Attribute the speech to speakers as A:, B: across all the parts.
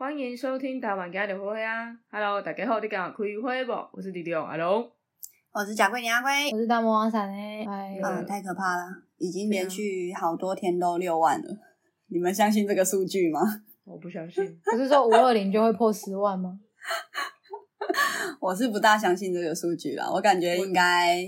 A: 欢迎收听台湾家的会啊！Hello，大家好，你敢开会不？我是李六阿龙。
B: 我是贾桂林阿哦龟
C: 我，是大魔王闪诶，哎，
B: 嗯，太可怕了，已经
C: 对啊，
B: 连续好多天都六万了，你们相信这个数据吗？
A: 我不相信
C: 不是说五二零就会破十 万吗？
B: 我是不大相信这个数据啦，我感觉应该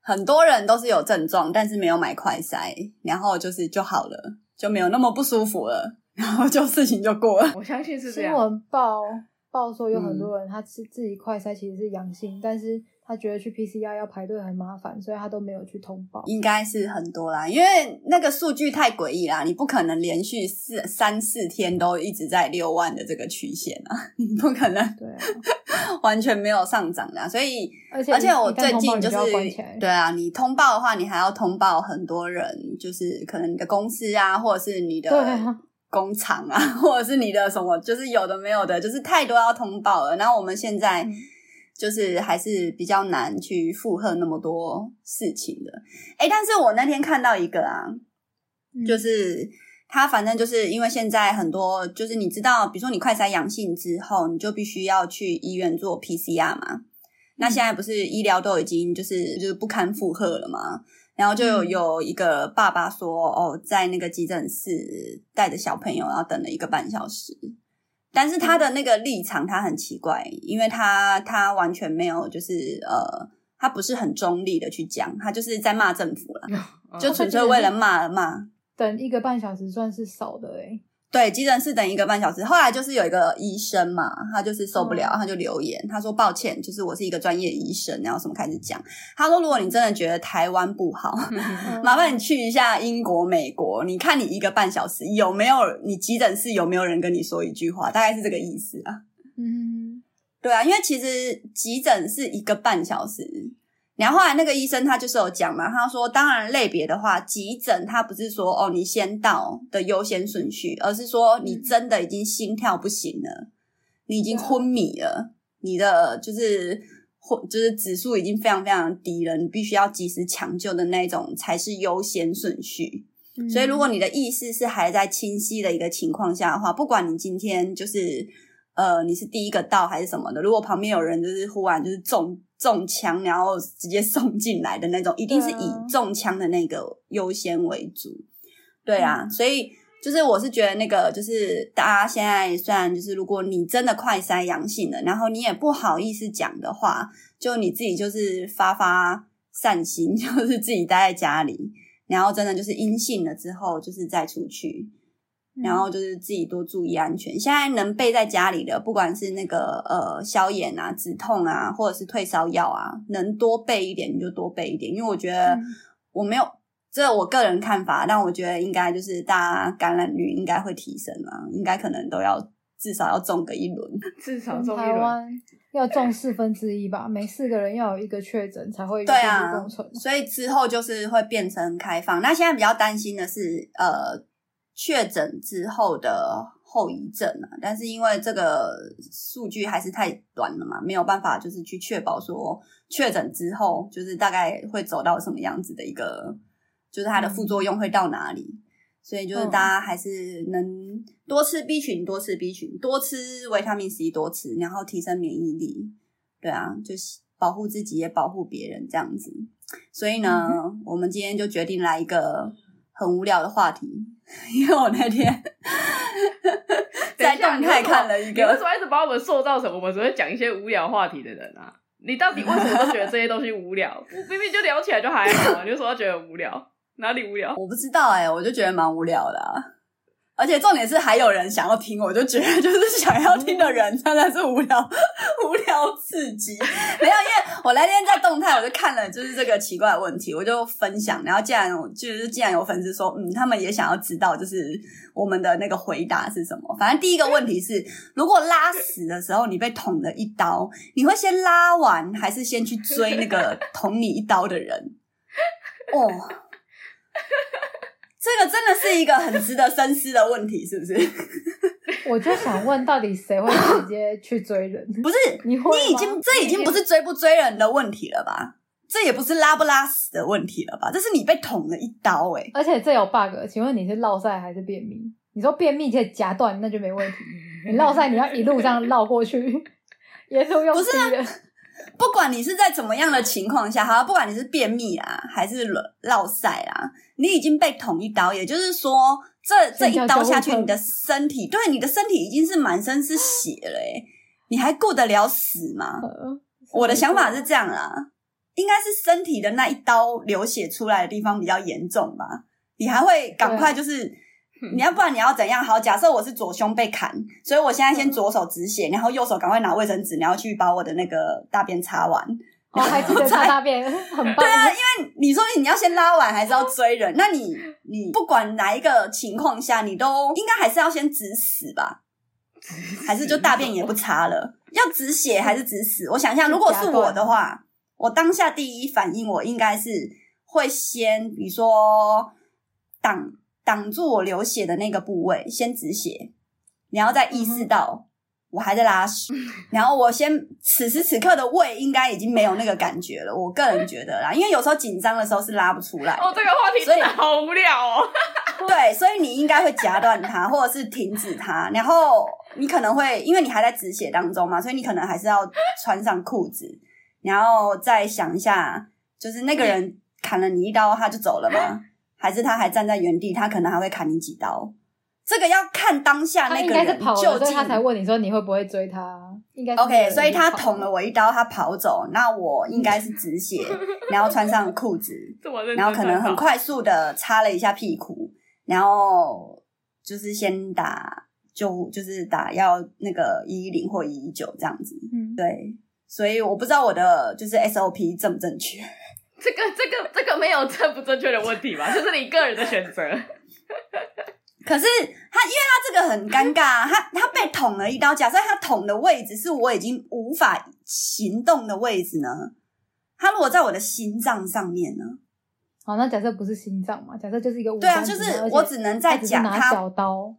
B: 很多人都是有症状，但是没有买快筛，然后就是就好了，就没有那么不舒服了，然后 就事情就过了。
A: 我相信是这
C: 新
A: 样。
C: 闻报报说有很多
B: 嗯
C: 人他自自己快筛其实是阳性，但是他觉得去 PCR 要排队很麻烦，所以他都没有去通报。
B: 应该是很多啦，因为那个数据太诡异啦，你不可能连续四三四天都一直在六万的这个曲线啊， 你不可能
C: 对啊，
B: 完全没有上涨啦，所以
C: 而且
B: 而且
C: 一
B: 我
C: 一旦
B: 最
C: 通报
B: 近
C: 你
B: 就
C: 就是要关起来
B: 对啊，你通报的话，你还要通报很多人，就是可能你的公司啊，或者是你的
C: 对啊
B: 工厂啊， 或者是你的什么，就是有的没有的，就是太多要通报了。然后我们现在
C: 嗯
B: 就是还是比较难去负荷那么多事情的。哎、但是我那天看到一个啊，
C: 嗯
B: 就是他反正就是因为现在很多就是你知道，比如说你快筛阳性之后，你就必须要去医院做 PCR 嘛。那现在不是医疗都已经就是就是不堪负荷了嘛？然后就有
C: 嗯
B: 有一个爸爸说，哦，在那个急诊室带着小朋友，然后等了一个半小时。但是他的那个立场他很奇怪，因为他他完全没有就是呃，他不是很中立的去讲，他就是在骂政府啦，
A: 嗯
B: 就纯粹为了骂而骂。
C: 等一个半小时算是少的哎、
B: 对，急诊室等一个半小时。后来就是有一个医生嘛，他就是受不了，他就留言，他说抱歉，就是我是一个专业医生，然后什么开始讲。他说，如果你真的觉得台湾不好，
C: 嗯
B: 麻烦你去一下英国、美国，你看你一个半小时有没有你急诊室有没有人跟你说一句话，大概是这个意思啊。
C: 嗯，
B: 对啊，因为其实急诊是一个半小时。然后后来那个医生他就是有讲嘛，他说当然类别的话，急诊他不是说哦你先到的优先顺序，而是说你真的已经心跳不行了，你已经昏迷了，你的就是或就是指数已经非常非常低了，你必须要及时抢救的那种才是优先顺序。
C: 嗯
B: 所以，如果你的意识是还在清晰的一个情况下的话，不管你今天就是呃你是第一个到还是什么的，如果旁边有人就是忽然就是中中枪，然后直接 送进来的那种，一定是
C: 对啊
B: 以中枪的那个优先为主。对啊，所以就是我是觉得那个就是大家现在虽然就是如果你真的快筛阳性了，然后你也不好意思讲的话，就你自己就是发发善心， 就是自己待在家里，然后真的就是阴性了之后，就是再出去，
C: 嗯
B: 然后就是自己多注意安全。现在能备在家里的，不管是那个呃消炎啊、止痛啊，或者是退烧药啊，能多备一点你就多备一点，因为我觉得
C: 嗯
B: 我没有。这我个人看法，但我觉得应该就是大家感染率应该会提升啊，应该可能都要至少要中个一轮。
A: 至少
C: 全
A: 中一
C: 台
A: 轮。
C: 湾要中四分之一吧，每四个人要有一个确诊才会与
B: 对啊
C: 病毒共存。
B: 所以之后就是会变成开放。那现在比较担心的是，呃，确诊之后的后遗症啊。但是因为这个数据还是太短了嘛，没有办法就是去确保说确诊之后就是大概会走到什么样子的一个，就是它的副作用会到哪里。所以就是
C: 嗯
B: 大家还是能多吃 B 群，多吃 B 群，多吃维他命 C，多吃，然后提升免疫力。对啊，就是保护自己也保护别人这样子。所以呢，我们今天就决定来一个很无聊的话题， 因为我那天在动态看了一
A: 你为什
B: 个，
A: 么一直把我们塑造成我们只会讲一些无聊话题的人啊？你到底为什么都觉得这些东西无聊？不明明就聊起来就还好啊，你为什么要觉得无聊？哪里无聊？
B: 我不知道哎、我就觉得蛮无聊的啊、而且重点是还有人想要听，我就觉得就是想要听的人真的是无聊，无聊至极。没有，因为我那天在动态，我就看了就是这个奇怪的问题，我就分享，然后既然我就是既然有粉丝说，嗯，他们也想要知道，就是我们的那个回答是什么。反正第一个问题是，如果拉屎的时候你被捅了一刀，你会先拉完，还是先去追那个捅你一刀的人？哦。这个真的是一个很值得深思的问题，是不是？
C: 我就想问，到底谁会直接去追人？
B: 不是，
C: 你会吗
B: 你已经这已经不是追不追人的问题了吧？这也不是拉不拉屎的问题了吧？这是你被捅了一刀哎、
C: 而且这有 bug，请问你是落塞还是便秘？你说便秘可以夹断，那就没问题。你绕赛你要一路这样绕过去， 也是用
B: 不是啊
C: 低的。
B: 不管你是在怎么样的情况下，哈，不管你是便秘啊，还是落晒啊，你已经被捅一刀，也就是说，这这
C: 先叫
B: 一刀
C: 救护
B: 下去，
C: 车
B: 你的身体对你的身体已经是满身是血了、欸，你还顾得了死吗？
C: 呃
B: 我的想法是，这样啦，应该是身体的那一刀流血出来的地方比较严重吧，你还会赶快就是。你要不然你要怎样？好，假设我是左胸被砍，所以我现在先左手止血，然后右手赶快拿卫生纸，然后去把我的那个大便擦完。
C: 我、哦、还 记得擦大便，很棒。
B: 对啊，因为你说你要先拉完还是要追人，那你你不管哪一个情况下，你都应该还是要先止死吧？还是就大便也不擦了？要止血还是止死？我想一下，如果是我的话，我当下第一反应我应该是会先，比如说挡挡住我流血的那个部位，先止血，然后再意
C: 嗯
B: 识到。我还在拉 屎，然后我先此时此刻的胃应该已经没有那个感觉了，我个人觉得 啦，因为有时候紧张的时候是拉不出来的。
A: 哦，这个话题真的好无聊哦。
B: 对，所以你应该会夹断它， 或者是停止它，然后你可能会因为你还在止血当中嘛，所以你可能还是要穿上裤子，然后再想一下，就是那个
C: 嗯
B: 人砍了你一刀，他就走了吗？还是他还站在原地，他可能还会砍你几刀？这个要看当下
C: 他
B: 那
C: 应
B: 个
C: 该
B: 人
C: 是跑
B: 究
C: 了，所以
B: 竟
C: 他才问你说你会不会追他。应该是那个
B: OK，
C: 人
B: 所以他
C: 跑了
B: 捅了我一刀，他跑走，那我应该是止血，然后穿上裤子，
A: 这么认真
B: 然后可能
A: 探
B: 很
A: 讨
B: 快速的擦了一下屁股，然后就是先打就就是打要那个一一零或一一九这样子，
C: 嗯，
B: 对，所以我不知道我的就是 SOP 正不正确，
A: 这个这个这个没有正不正确的问题吧，就是你个人的选择。
B: 可是他因为他这个很尴尬啊，他他被捅了一刀，假设他捅的位置是我已经无法行动的位置呢，他如果在我的心脏上面呢？
C: 好，那假设不是心脏嘛，假设就是一个无
B: 对啊，
C: 关
B: 就
C: 紧要
B: 是
C: 而且
B: 我只能在
C: 他只是
B: 讲
C: 拿
B: 他
C: 小刀，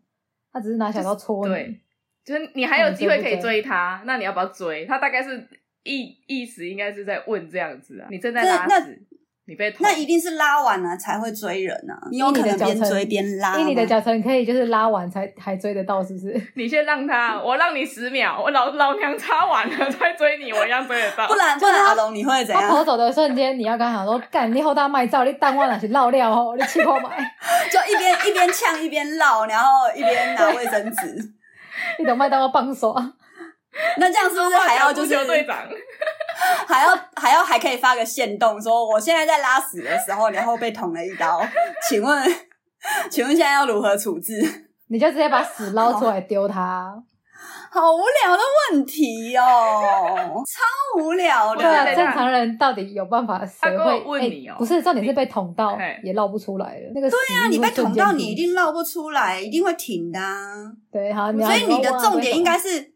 C: 他只是拿小刀戳你。
A: 对，就是你
B: 嗯
A: 还有机会可以追他，那你要不要追？他大概是意意思应该是在问这样子啊，你正在拉
B: 那
A: 屎，你被捅
B: 那一定是拉完了才会追人啊！你有可能边追边拉吗。
C: 因为你的脚程可以就是拉完才还追得到，是不是？
A: 你先让他，我让你十秒，我老老娘擦完了再追你，我一样追得到
B: 不。然不
C: 就是
B: 然
C: 他
B: 阿龙你会怎
C: 他跑
B: 样？
C: 走的瞬间，你要跟他讲说：“干，你后大卖照，你蛋我哪去绕料哦， 你气泡买，
B: 就一边一边呛一边绕，然后一边拿卫生纸。
C: 你懂麦当劳棒手啊？
B: 那这样是不是还要就是 哎
A: 足球队长，啊
B: 还要还要还可以发个线动，说我现在在拉屎的时候，然后被捅了一刀， 请问请问现在要如何处置？
C: 你就直接把屎捞出来丢他。
B: 好无聊的问题哦，超无聊
A: 我
B: 的。
C: 对啊，
A: 对
C: 正常人到底有办法谁
A: 他
C: 会
A: 跟我问
C: 哎
A: 你哦
C: 不是重点是被捅到
A: 嘿
C: 也绕不出来了。那个对
B: 那啊你被捅到，你一定绕不出来，一定会挺的、啊。
C: 对好，
B: 所以你的重点应该是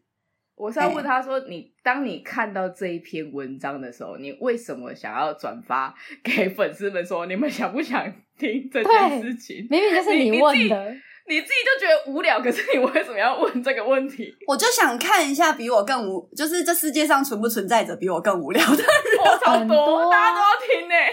A: 我是要问他说，你当你看到这一篇文章的时候，你为什么想要转发给粉丝们说，你们想不想听这件事 情？
C: 明明就是
A: 你你自
C: 问
A: 己
C: 的，
A: 你自己就觉得无聊，可是你为什么要问这个问 题？
B: 我就想看一下比我更无，就是这世界上存不存在着比我更无聊的人。
A: 我超
C: 很
A: 多，
C: 多啊
A: 大家都要听欸呢、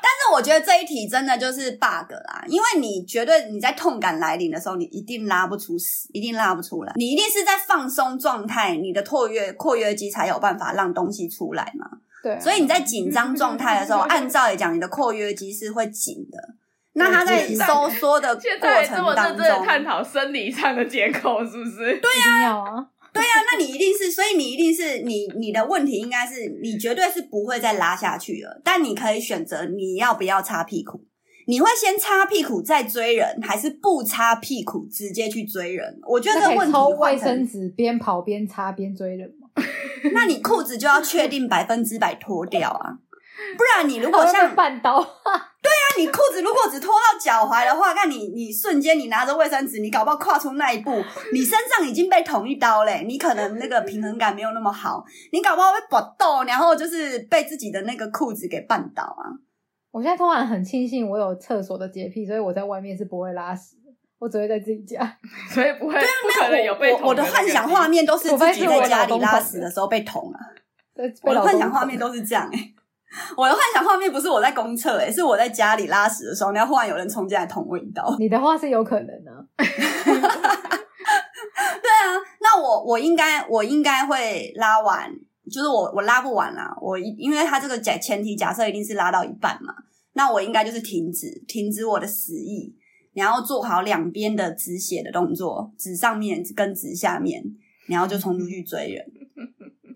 B: 但是我觉得这一题真的就是 bug 啦，因为你绝对你在痛感来临的时候，你一定拉不出屎，一定拉不出来，你一定是在放松状态，你的括约括约肌才有办法让东西出来嘛。
C: 对啊，
B: 所以你在紧张状态的 时候，按照理讲，你的括约肌是会紧的。那它在收缩的
A: 现
B: 过
A: 在这么
B: 程当
A: 认真的
B: 中，
A: 探讨生理上的结构，是不是？对，
C: 一定要啊，
B: 对呀、那你一定是，所以你一定是你你的问题应该是你绝对是不会再拉下去了，但你可以选择你要不要擦屁股。你会先擦屁股再追人，还是不擦屁股直接去追人？我觉得这
C: 那
B: 个
C: 可
B: 问
C: 以
B: 题
C: 抽
B: 换
C: 卫生
B: 成，
C: 纸边跑边擦边追人吗？
B: 那你裤子就要确定百分之百脱掉啊，不然你如
C: 我
B: 果像
C: 被绊倒，
B: 你裤子如果只拖到脚踝的话，那你你瞬间你拿着卫生纸，你搞不好跨出那一步，你身上已经被捅一刀嘞，你可能那个平衡感没有那么好，你搞不好会搏斗，然后就是被自己的那个裤子给绊倒啊。
C: 我现在突然很庆幸我有厕所的洁癖，所以我在外面是不会拉屎的，我只会在自己家。
A: 所以不会，不可能有被捅
B: 啊我我的
A: 那个
B: 幻想画面都是自己在家里拉屎的时候被捅啊，
C: 被
B: 我的
C: 老公
B: 幻想画
C: 捅
B: 面都是这样哎、我的幻想画面不是我在公厕哎、是我在家里拉屎的时候，然后忽然有人冲进来捅我一刀。
C: 你的话是有可能的、啊，
B: 啊我应该我应该会拉完，就是我我拉不完啦、我一因为它这个假前提假设一定是拉到一半嘛，那我应该就是停止停止我的死意，然后做好两边的止血的动作，止上面跟止下面，然后就冲出去追人。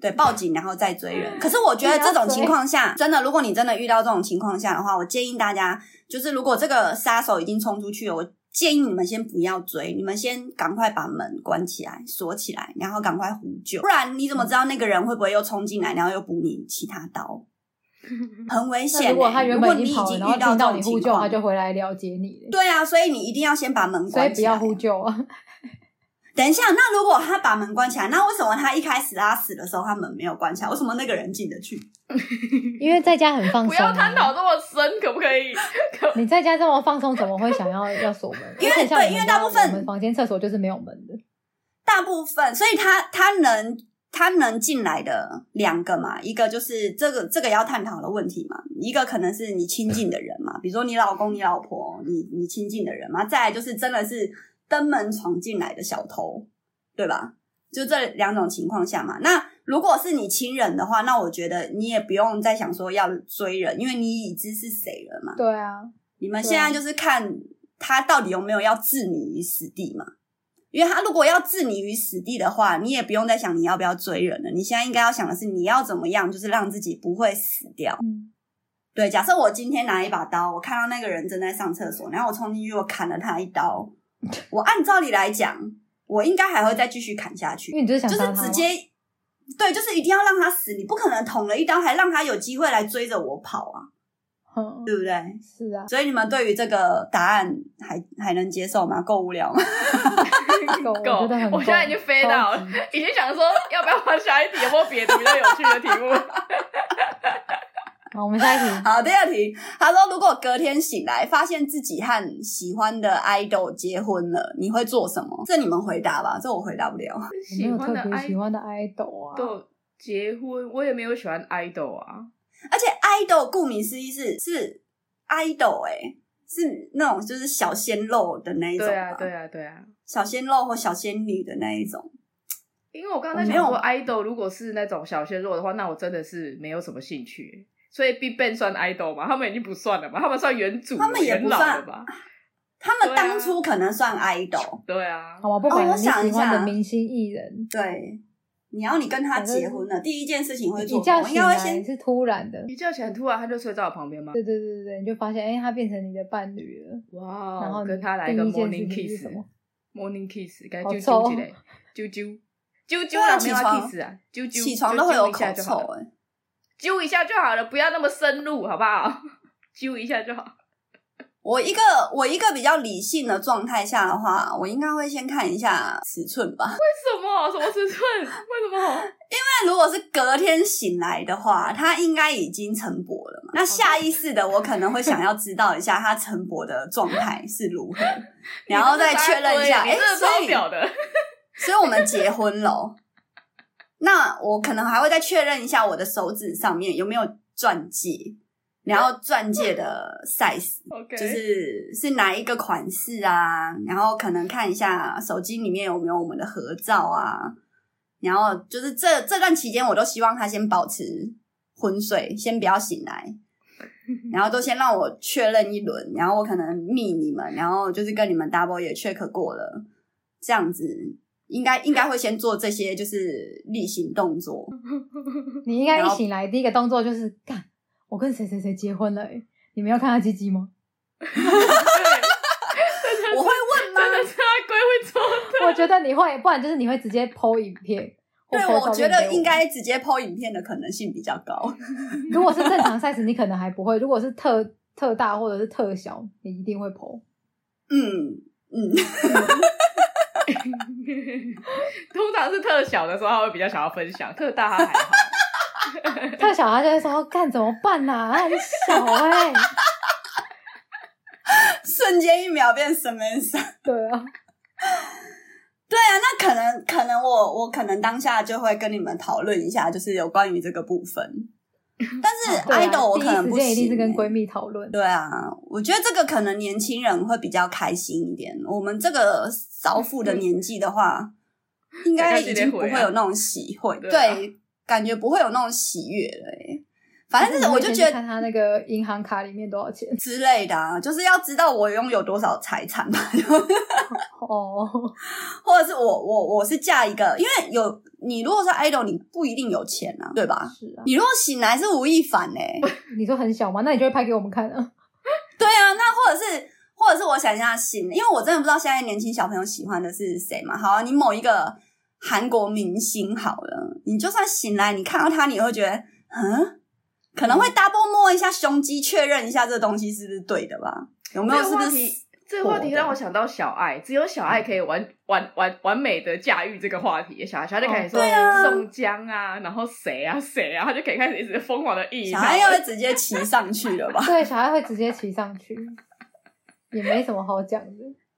B: 对，报警然后再追人。可是我觉得这种情况下，真的，如果你真的遇到这种情况下的话，我建议大家，就是如果这个杀手已经冲出去了，我建议你们先不要追，你们先赶快把门关起来、锁起来，然后赶快呼救，不然你怎么知道那个人会不会又冲进来，然后又补你其他刀？很危险欸、
C: 那如果他原本
B: 如果
C: 已
B: 你
C: 经跑了，
B: 遇
C: 然后听
B: 到
C: 到
B: 这种
C: 你
B: 情
C: 呼救，
B: 况
C: 他就回来了解你了，
B: 对啊，所以你一定要先把门
C: 所以
B: 关
C: 不
B: 起来。
C: 要呼救啊！
B: 等一下，那如果他把门关起来，那为什么他一开始拉屎的时候他门没有关起来？为什么那个人进得去？
C: 因为在家很放
A: 不
C: 松啊、
A: 要探讨这么深，可不可 以？
C: 你在家这么放松，怎么会想要要锁门？
B: 因为
C: 而且像
B: 对
C: 我们
B: 因为
C: 家
B: 大部分
C: 我们房间、厕所就是没有门 的。
B: 大部分，所以他他能他能进来的两个嘛，一个就是这个这个要探讨的问题嘛，一个可能是你亲近的人嘛，比如说你老公、你老婆、你你亲近的人嘛，再来就是真的是登门闯进来的小偷，对吧？就这两种情况下嘛，那如果是你亲人的话，那我觉得你也不用再想说要追人，因为你已知是谁了嘛。
C: 对啊，
B: 你们
C: 对
B: 现在就是看他到底有没有要置你于死地嘛？因为他如果要置你于死地的话，你也不用再想你要不要追人了。你现在应该要想的是你要怎么样，就是让自己不会死掉。
C: 嗯，
B: 对，假设我今天拿一把刀，我看到那个人正在上厕所，然后我冲进去，我砍了他一 刀。我按照理来讲，我应该还会再继续砍下去
C: 因。为你就是想
B: 就
C: 杀他
B: 是
C: 嘛
B: 直接，对，就是一定要让他死，你不可能捅了一刀还让他有机会来追着我跑啊，
C: 嗯，
B: 对不对？
C: 是 啊，
B: 所
A: 嗯
B: 以你们对于这个答案还还能接受吗？够无聊吗？
C: 够，我觉得很够。
A: 我现在已经飞到
C: 超级
A: 已经想说要不要换下一题，有没有别的比较有趣的题 目？
C: 好，我们下一题。
B: 好，第二题，他说如果隔天醒来发现自己和喜欢的 idol 结婚了，你会做什么？这你们回答吧，这我回答不了。
C: 我 没
A: 喜
C: 有
A: 欢的
C: 特别
A: idol
C: 喜欢的 idol 啊，
A: 结婚，我也没有喜欢 idol 啊。
B: 而且 idol 顾名思义是是 idol 哎、是那种就是小鲜肉的那一种
A: 对啊，
B: 吧
A: 对啊，对啊。
B: 小鲜肉或小仙女的那一种。
A: 因为我刚才
B: 我没
A: 想
B: 有
A: 说，idol 如果是那种小鲜肉的话，那我真的是没有什么兴趣。所以 BigBang 算 idol 吗？他们已经不算了嘛，他们算原主了、
B: 他们也
A: 元
B: 不
A: 老
B: 算
A: 了吧？
B: 他们
A: 对啊
B: 当初可能算 idol，
A: 对啊，
C: 好吧，不管
B: 哦
C: 了
B: 我
C: 你
B: 想一
C: 喜欢
B: 下
C: 的明星艺人，
B: 对。你要你跟他结婚了，第一件事情会
C: 一
B: 做什
C: 觉
B: 么？我应
C: 醒
B: 该会
C: 来
B: 先
C: 是突然的，
A: 一觉起来突然他就睡在我旁边吗？
C: 对对对对对，你就发现哎，他变成你的伴侣了，
A: 哇哦
C: 然后
A: 跟
C: 你
A: 他来
C: 第
A: 一个
C: 一件事
A: morning
C: 情是
A: kiss
C: 什么
A: morning kiss，该
C: 好
A: 啾
C: 臭啊
A: 啾起来，啾啾啾啾
B: 对啊
A: 啦，没有
B: 起
A: 要
B: 床
A: kiss 啊，啾啾
B: 起床
A: 就
B: 都会
A: 啾
B: 有
A: 一
B: 口
A: 下就
B: 臭
A: 好了
B: 哎、
A: 啾一下就好了，不要那么深入，好不好？啾一下就好。
B: 我一个我一个比较理性的状态下的话，我应该会先看一下尺寸吧。
A: 为什么？什么尺寸？为什么？
B: 但如果是隔天醒来的话，它应该已经晨勃了嘛。那下意识的我可能会想要知道一下它晨勃的状态是 如何，然后再确认一下。
A: 啊你
B: 哎、
A: 真的
B: 所
A: 超
B: 以
A: 屌的，
B: 所以我们结婚了哦。那我可能还会再确认一下我的手指上面有没有钻戒，然后钻戒的 size，
A: OK，
B: 就是是哪一个款式啊，然后可能看一下手机里面有没有我们的合照啊，然后就是这这段期间，我都希望他先保持昏睡，先不要醒来，然后都先让我确认一轮，然后我可能密你们，然后就是跟你们 double 也 check 过了，这样子应该应该会先做这些就是例行动作，
C: 你应该
B: 然
C: 一
B: 后
C: 醒来第一个动作就是干，我跟谁谁谁结婚了、欸，你们要看他鸡鸡吗？
A: 对
B: 我会问吗？
A: 真的是阿龟会做的。
C: 我觉得你会，不然就是你会直接剖影片。或
B: 对，
C: po
B: 我
C: 照
B: 觉得
C: 片给我
B: 应。该直接 PO 影片的可能性比较高。
C: 如果是正常 size，你可能还不会；如果是特特大或者是特小，你一定会剖。
B: 嗯嗯。
A: 通常是特小的时候，他会比较想要分享，特大他还好。
C: 特小他就会说：“干怎么办呐、啊？很小哎、
B: 瞬间一秒变 Samantha。
C: 对啊，
B: 对啊，那可能可能我我可能当下就会跟你们讨论一下，就是有关于这个部 分。但是
C: 对啊
B: idol 我可能
C: 第一
B: 不
C: 时间一定是
B: 行、
C: 跟
B: 欸。
C: 闺蜜讨论。
B: 对啊，我觉得这个可能年 轻人会比较开心一点。我们这个少妇的年纪的话，应该已经不会有那种喜会，
A: 对啊
B: 对，感觉不会有那种喜悦了欸。反正就是我就
C: 以
B: 觉
C: 前
B: 得
C: 看他那个银行卡里面多 少钱
B: 之类的啊，就是要知道我拥有多少财产吧，
C: 哦，
B: 或者是我我我是嫁一个，因为有你如果是 idol，你不一定有钱啊，对吧？
C: 是啊，
B: 你如果醒来是吴亦凡呢、欸
C: 你说很小嘛，那你就会拍给我们看啊。
B: 对啊，那或者是或者是我想一下醒，因为我真的不知道现在年轻小朋友喜欢的是谁嘛。好、啊，你某一个韩国明星好了，你就算醒来你看到他，你也会觉得嗯，可能会 double 摸一下胸肌，确认一下这东西是不是对的吧？有没有
A: 这
B: 是
A: 个
B: 不
A: 话
B: 是？
A: 题，这个话题
B: 火的嗯
A: 让我想到小爱，只有小爱可以完完完完美的驾驭这个话题。小爱小爱就开始说
C: 哦对啊
A: 宋江啊，然后谁啊谁啊，他就可以开始一直疯狂的意淫
B: 小
A: 他。
B: 孩又会直接骑上去了吧？
C: 对，小孩会直接骑上去，也没什么好讲的。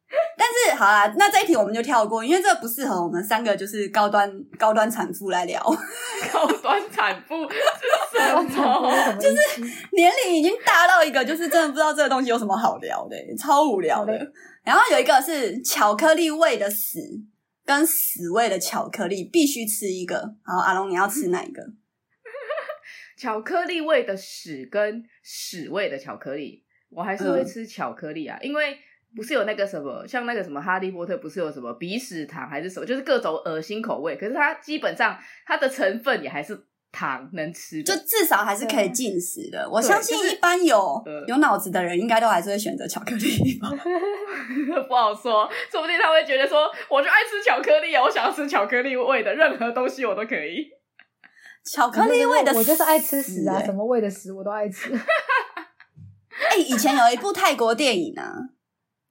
B: 但是好啦，那这一题我们就跳过，因为这不适合我们三个就是高端高端产妇来聊，
A: 高端产妇是
C: 我
A: 什
C: 要讲
A: 么？
C: 什 么意思？
B: 年龄已经大到一个就是真的不知道这个东西有什么好聊的、超无聊
C: 好
B: 的。然后有一个是巧克力味的死跟死味的巧克力，必须吃一个。好，阿龙你要吃哪一个？
A: 巧克力味的屎跟屎味的巧克力，我还是
B: 嗯
A: 会吃巧克力啊，因为不是有那个什么，像那个什么哈利波特，不是有什么鼻屎糖还是什么，就是各种恶心口味，可是它基本上它的成分也还是糖能吃
B: 就
A: 的。
B: 至少还是可以进食的。我
A: 对
B: 相信
A: 就是
B: 一般有、
A: 呃
B: 有脑子的人，应该都还是会选择巧克力 吧。
A: 不好说，说不定他会觉得说，我就爱吃巧克力啊，我想要吃巧克力味的任何东西我都可以。
B: 巧克力味的死、
C: 我就是爱吃屎啊，
B: 欸
C: 什么味的屎我都爱吃。
B: 哎、以前有一部泰国电影啊，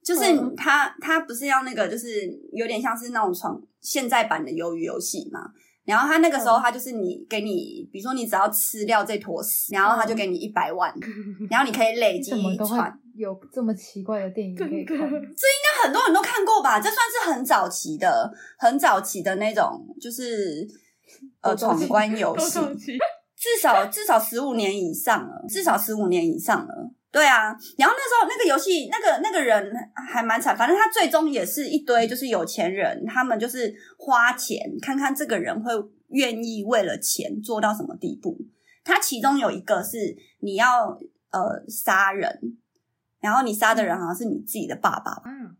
B: 就是
C: 嗯
B: 他他不是要那个，就是有点像是那种床现在版的鱿鱼游戏嘛。然后他那个时候，
C: 嗯
B: 他就是你给你，比如说你只要吃掉这坨屎，然后他就给你一百万， 然后你可以累
C: 你
B: 积
C: 嗯怎么
B: 一
C: 都会
B: 串。
C: 有这么奇怪的电影可以看？
B: 那很多人都看过吧？这算是很早期的、很早期的那种，就是呃
C: 都早
B: 闯
C: 期
B: 关游
A: 都
B: 戏。
A: 上期
B: 至少至少十五年以上了，至少十五年以上了。对啊，然后那时候那个游戏，那个那个人还蛮惨，反正他最终也是一堆就是有钱人，他们就是花钱看看这个人会愿意为了钱做到什么地步。他其中有一个是你要呃杀人，然后你杀的人好像是你自己的爸爸吧，
A: 嗯，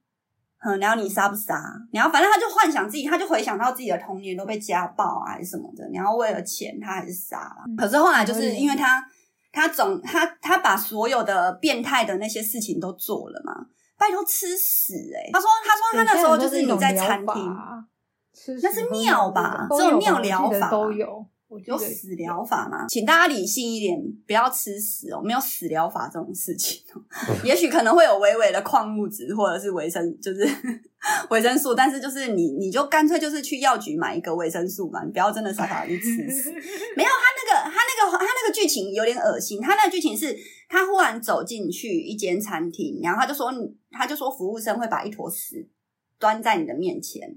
B: 嗯，然后你杀不杀？然后反正他就幻想自己，他就回想到自己的童年都被家暴啊还是什么的，然后为了钱他还是杀了。可是后来嗯就是因为他，他总他他把所有的变态的那些事情都做了嘛，拜托吃屎哎、他说他说他那时候就是你在餐
C: 有些人都是一种
B: 厅
C: 疗法啊，吃
B: 那是
C: 屎喝
B: 尿
C: 尿
B: 吧
C: 这
B: 这种
C: 种
B: 尿疗法
C: 都有，我记
B: 有
C: 得
B: 死疗法吗？请大家理性一点，不要吃屎哦，没有死疗法这种事情哦。也许可能会有微微的矿物质或者是维生，就是 维生素，但是就是你你就干脆就是去药局买一个维生素嘛，你不要真的傻傻地去吃屎。没有，他那个他那个他那个剧情有点恶心。他那个剧情是他忽然走进去一间餐厅，然后他就说你，他就说服务生会把一坨屎端在你的面前。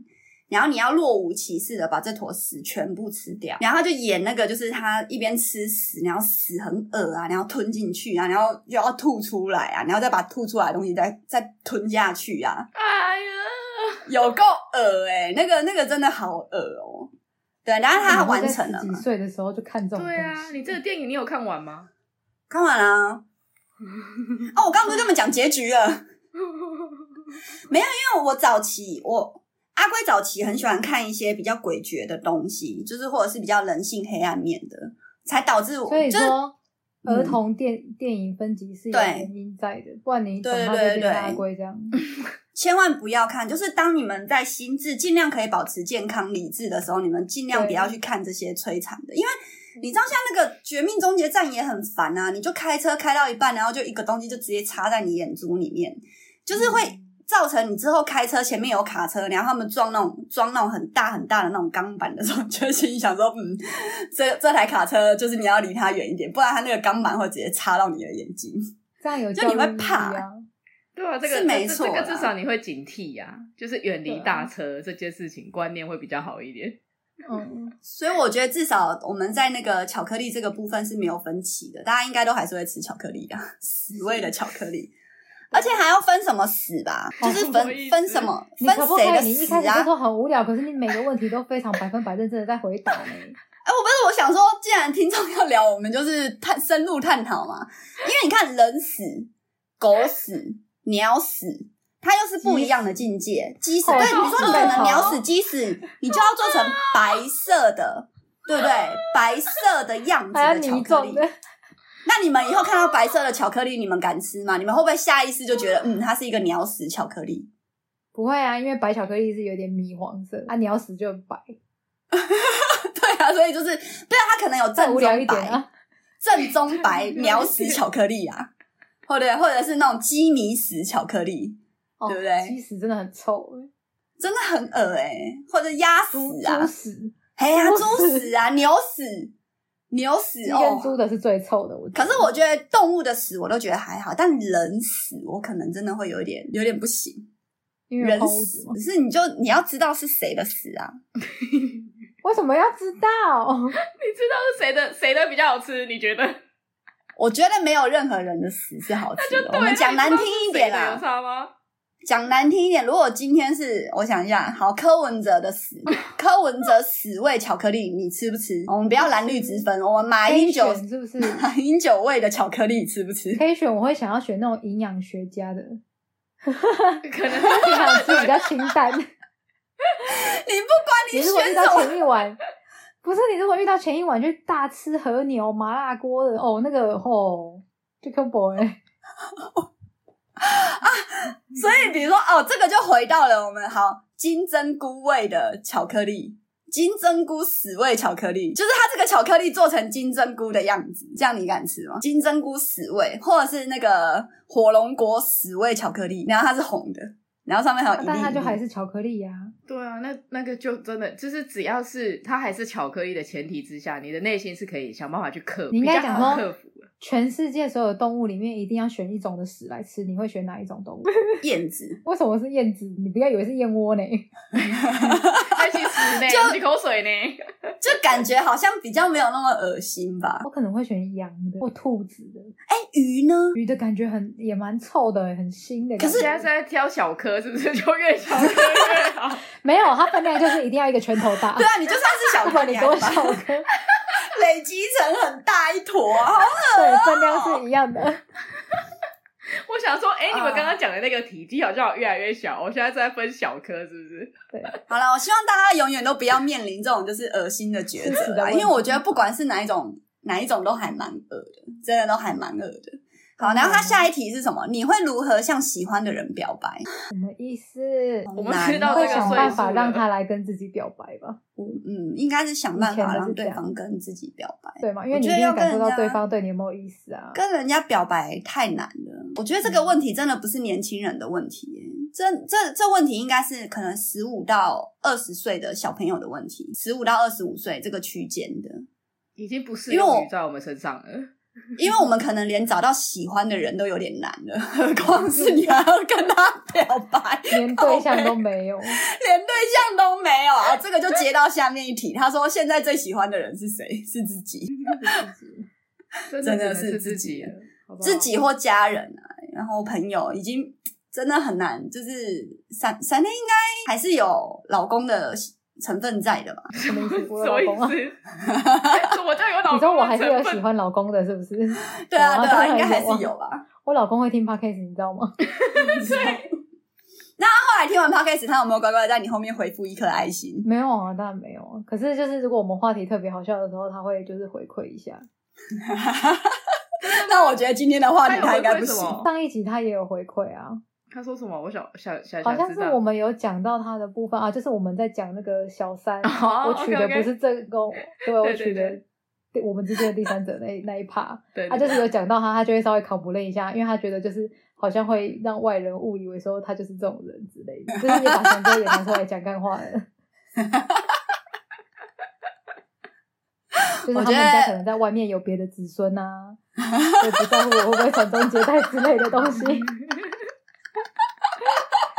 B: 然后你要若无其事的把这坨屎全部吃掉，然后他就演那个，就是他一边吃屎，然后屎很恶啊，然后吞进去啊，然后又要吐出来啊，然后再把吐出来的东西再再吞下去啊，
A: 哎呀，
B: 有够恶哎、那个那个真的好恶哦、对，然后他完成了
C: 你在十
B: 嘛
C: 几，岁的时候就看这种东
A: 对
C: 西。
A: 啊，你这个电影你有看完吗？
B: 看完 啦、啊哦，我刚刚不是跟你们讲结局了？因为我早期我阿龟早期很喜欢看一些比较诡谲的东西，就是或者是比较人性黑暗面的，才导致我
C: 所以
B: 就是
C: 说。
B: 嗯
C: 儿童电电影分级是有
B: 对
C: 原因在的，不然你长
B: 对
C: 大就
B: 对
C: 变
B: 对
C: 大龟这样。
B: 千万不要看，就是当你们在心智尽量可以保持健康理智的时候，你们尽量不要去看这些摧残的，因为你知道像那个《绝命终结站》也很烦啊，你就开车开到一半，然后就一个东西就直接插在你眼珠里面，就是会
C: 嗯
B: 造成你之后开车前面有卡车，然后他们撞那种装那种很大很大的那种钢板的时候，就会心里想说，嗯，这这台卡车就是你要离它远一点，不然它那个钢板会直接插到你的眼睛。
C: 这样有
B: 就
C: 教
B: 你会
C: 育意义
B: 怕
C: 啊。
A: 对啊，这个
B: 是
A: 这
B: 没
A: 这
B: 错
A: 这
B: 啦
A: 个至少你会警惕呀、就是远离
C: 对啊
A: 大车这件事情，观念会比较好一点。
C: 嗯，
B: 所以我觉得至少我们在那个巧克 力这个部分是没有分歧的，大家应该都还是会吃巧克力的，死味的巧克力。而且还要分什么死吧，
C: 哦
B: 就是
A: 什
B: 分
A: 么意思
B: 分什么
C: 你
B: 分
C: 可不可
B: 谁的
C: 以？你一
B: 死
C: 开始
B: 啊
C: 就？说很无聊，可是你每个问题都非常百分百认真的在回 答呢。
B: 哎、我不是，我想说，既然听众要聊，我们就是探深入探讨嘛。因为你看，人死、狗死、鸟死，它又是不一样的境界。鸡死，
C: 好哦
B: 对，
C: 痛
B: 你说你可能
C: 好
B: 鸟死、鸡死，你就要做成白色的，对不对？白色的样子
C: 还
B: 的
C: 有
B: 巧
C: 你
B: 克
C: 种
B: 力。
C: 的，
B: 那你们以后看到白色的巧克力，你们敢吃吗？你们会不会下意识就觉得，嗯，它是一个鸟屎巧克力？
C: 不会啊，因为白巧克力是有点米黄色啊，你要死就白，
B: 对啊，所以就是，对啊，它可能有
C: 再
B: 正
C: 无聊一
B: 宗
C: 点
B: 白、
C: 啊。
B: 正宗白鸟屎巧克力啊， 或者或者是那种鸡米屎巧克力，
C: 哦
B: 对不对
C: 鸡屎真的很臭，欸
B: 真的很恶哎、或者鸭
C: 猪
B: 屎
C: 猪
B: 啊，
C: 屎，
B: 哎呀，
C: 猪
B: 猪屎啊，牛屎，牛屎
C: 鸡
B: 哦
C: 跟。猪的是最臭的。我
B: 可是我觉得动物的屎我都觉得还好，但人屎我可能真的会有一点有点不行。
C: 因为有
B: 人
C: 空屋
B: 屎
C: 子嘛，
B: 可是你就你要知道是谁的屎啊，
C: 为什么要知道？
A: 你知道是谁的谁的比较好吃？你觉得？
B: 我觉得没有任何人的屎是好吃的。我们讲难听一点
A: 啦，有
B: 啦，
A: 差吗？
B: 讲难听一点，如果今天是我想一下，好，柯文哲的 屎，柯文哲屎味巧克力，你吃不吃？我们不要蓝绿之分，我们马
C: 可
B: 英
C: 以
B: 九
C: 选是不是？
B: 马英九味的巧克力吃不吃？
C: 可以选，我会想要选那种营养学家的，
A: 可能
C: 营养师比较清淡。
B: 你不管
C: 你
B: 你
C: 如果遇
B: 选
C: 到
B: 什么，
C: 前一晚，不是你如果遇到前一晚就大吃和牛麻辣锅的哦，那个哦，就 combo 哎，
B: 所以比如说哦，这个就回到了我们好金针菇味的巧克力。金针菇屎味巧克力，就是它这个巧克力做成金针菇的样子，这样你敢吃吗？金针菇屎味，或者是那个火龙果屎味巧克力，然后它是红的，然后上面还有一粒一
C: 啊
B: 粒，
C: 但它就还是巧克力呀、
A: 对啊，那那个就真的就是，只要是它还是巧克力的前提之下，你的内心是可以想办法去克服，
C: 你应该
A: 比较
C: 讲
A: 好
C: 说
A: 克服的。
C: 全世界所有动物里面，一定要选一种的屎来吃，你会选哪一种动物？
B: 燕子。
C: 为什么是燕子？你不要以为是燕窝呢。
A: 爱去死呢，
B: 就
A: 吸口水呢，
B: 就感觉好像比较没有那么恶心吧。
C: 我可能会选羊的或兔子的，
B: 哎、鱼呢？
C: 鱼的感觉很也蛮臭的，很腥的
B: 可
C: 感觉。
B: 是
A: 现在是在挑小颗，是不是？就越小颗越好。
C: 没有它分量就是一定要一个拳头大，
B: 对啊，你就算是小
C: 不
B: 颗，
C: 管你
B: 你还
C: 多
B: 把
C: 小颗，
B: 累积成很大一坨 啊。
C: 对分量是一样的。
A: 我想说，哎、你们
B: 啊
A: 刚刚讲的那个体积好像越来越小，我现在是在分小颗，是不是？
C: 对，
B: 好了，我希望大家永远都不要面临这种就是恶心的抉
C: 吃屎
B: 择
C: 的
B: 啦，
C: 问
B: 因
C: 题
B: 为我觉得不管是哪一种，哪一种都还蛮恶的，真的都还蛮恶
C: 嗯
B: 的。好，然后他下一题是什么？你会如何向喜欢的人表白？
C: 什么意思？
A: 我们
B: 难
A: 吃到这
C: 会
A: 个岁
C: 想
A: 数
C: 办法让
A: 了
C: 他来跟自己表白吧，
B: 嗯，应该是想办
C: 以前
B: 法
C: 的啊
B: 让
C: 是这
B: 对
C: 样
B: 方跟自己表白。
C: 对吗？因
B: 我
C: 为你
B: 觉
C: 一
B: 得
C: 定
B: 要
C: 要感
B: 跟
C: 受
B: 人
C: 到
B: 家
C: 对方对你有没有意思啊。
B: 跟人家表白太难了，我觉得这个问题真的不是年轻人的问题耶，这这这问题应该是可能十五到二十岁的小朋友的问题，十五到二十五岁这个区间的，
A: 已经不适
B: 因为我
A: 用于在我们身上了。
B: 因为我们可能连找到喜欢的人都有点难了，何况是你还要跟他表白，
C: 连对象都没 有，
B: 连对象都没有啊！这个就接到下面一题，他说现在最喜欢的人是谁？是自己。
A: 真
B: 真的
A: 的只能
B: 是
A: 是
B: 自己
A: 己
B: 的
A: 了，好不好
B: 自己或家人啊，然后朋友已经真的很难，就是闪闪电应该还是有老公的成分在的吧？
C: 什么意思？
A: 什么
C: 我有老
A: 意
C: 公啊？
A: 思？ 哎怎么叫有老
C: 你说
A: 公
C: 我
A: 的
C: 还是有
A: 成
C: 喜
A: 分？
C: 欢老公的，是不是？
B: 对啊，
A: 哦
C: 有
B: 对啊，应该
C: 当然
B: 还
C: 啊
B: 是有吧。
C: 我老公会听 podcast，你知道吗？
B: 对。那他后来听完 podcast，他有没有乖乖地在你后面回复一颗爱心？
C: 没有啊，当然没有啊。可是就是如果我们话题特别好笑的时候，他会就是回馈一下。
B: 那我觉得今天的话题
A: 他
B: 他
A: 有
B: 应该
A: 回
B: 不
A: 馈什
B: 行。
A: 么？
C: 上一集他也有回馈啊，
A: 他说什么？我想想想
C: 好
A: 想
C: 像
A: 知
C: 是
A: 道。
C: 我们有讲到他的部分啊，就是我们在讲那个小三，
A: 哦
C: 我取的
A: OK，OK
C: 不是这个， 对我
A: 对对
C: 取的
A: 对
C: 第我们之间的第三者那那一趴。
A: 对，
C: 他
A: 对
C: 就
A: 对
C: 是有讲到他，他就会稍微考不了一下，因为他觉得就是好像会让外人误以为说他就是这种人之类的，就是你把神哥也拿出来讲干话了。 就是他们家可能在外面有别的子孙呐、啊，就不在乎我会不会传宗接代之类的东西。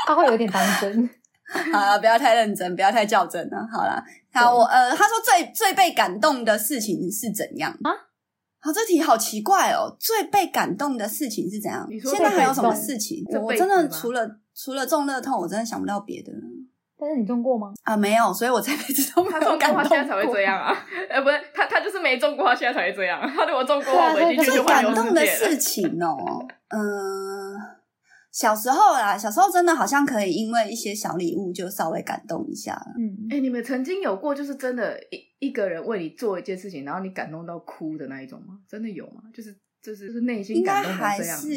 C: 他会有点当真，
B: 好了，不要太认真，不要太较真了。好了，好，
C: 对
B: 我呃，他说最最被感动的事情是怎样？好、这题好奇怪哦！最被感动的事情是怎样
A: 你？说
B: 现在还有什么
C: 被感动
B: 事情？
A: 这
B: 我我
A: 辈
B: 真
A: 子
B: 的
A: 吗
B: 除了除了中乐透，我真的想不到别的了
C: 但是你中过吗？
B: 啊，没有，所以我这辈子都没
A: 他
B: 有
A: 中
B: 感
A: 过，
B: 动
A: 他现在才会
B: 过
A: 这样啊！ 呃，不是，他他就是没中过，他现在才会这样。 他如果中过，
C: 对啊
A: 我们已经
C: 所
A: 去
C: 以
B: 最
A: 环
B: 感
A: 游
B: 动
A: 世
B: 的
A: 界了。
B: 事情哦，嗯、小时候啦，小时候真的好像可以因为一些小礼物就稍微感动一下。
C: 嗯
A: 哎、，你们曾经有过就是真的一一个人为你做一件事情，然后你感动到哭的那一种吗？真的有吗？就是就是就是内心
B: 应该
A: 感动成
B: 还
A: 这样，
B: 是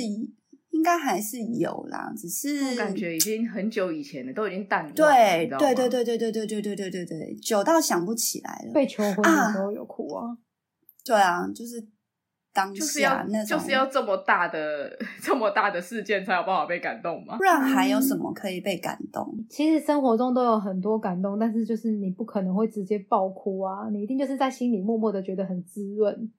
B: 应该还是有啦，只
A: 这种
B: 是
A: 感觉已经很久以前了，都已经淡忘了，你
B: 对
A: 知道
B: 对
A: 吗
B: 对对对对对对对对对对，久到想不起来了。
C: 被求婚的时候有哭啊，
B: 对啊，就是当
A: 就是
B: 下
A: 要
B: 啊那
A: 就
B: 种，
A: 是要这么大的 这么大的事件才有办法被感动吗
B: 不？然还有
A: 嗯
B: 什么可以被感动？
C: 其实生活中都有很多感动，但是就是你不可能会直接爆哭啊，你一定就是在心里默默的觉得很滋润，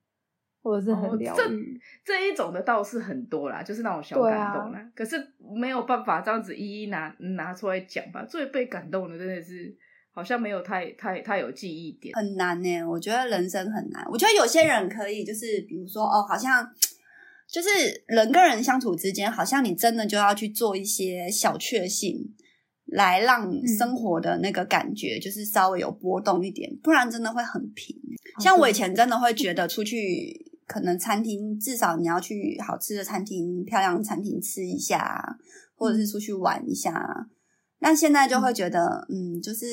C: 或者是
A: 哦
C: 很疗
A: 这
C: 愈。啊
A: 这一种的倒是很多啦，就是那种小感动啦。可是没有办法这样子一一拿拿出来讲吧。最被感动的真的是好像没有太太太有记忆点。
B: 很难呢、我觉得人生很难。我觉得有些人可以，就是比如说哦，好像就是人跟人相处之间，好像你真的就要去做一些小确幸，来让
A: 嗯
B: 生活的那个感觉就是稍微有波动一点，不然真的会很平。
C: 啊
B: 像
C: 哦
B: 我以前真的会觉得出去。可能餐厅至少你要去好吃的餐厅、漂亮的餐厅吃一下，或者是出去玩一下。但现在就会觉得，嗯，就是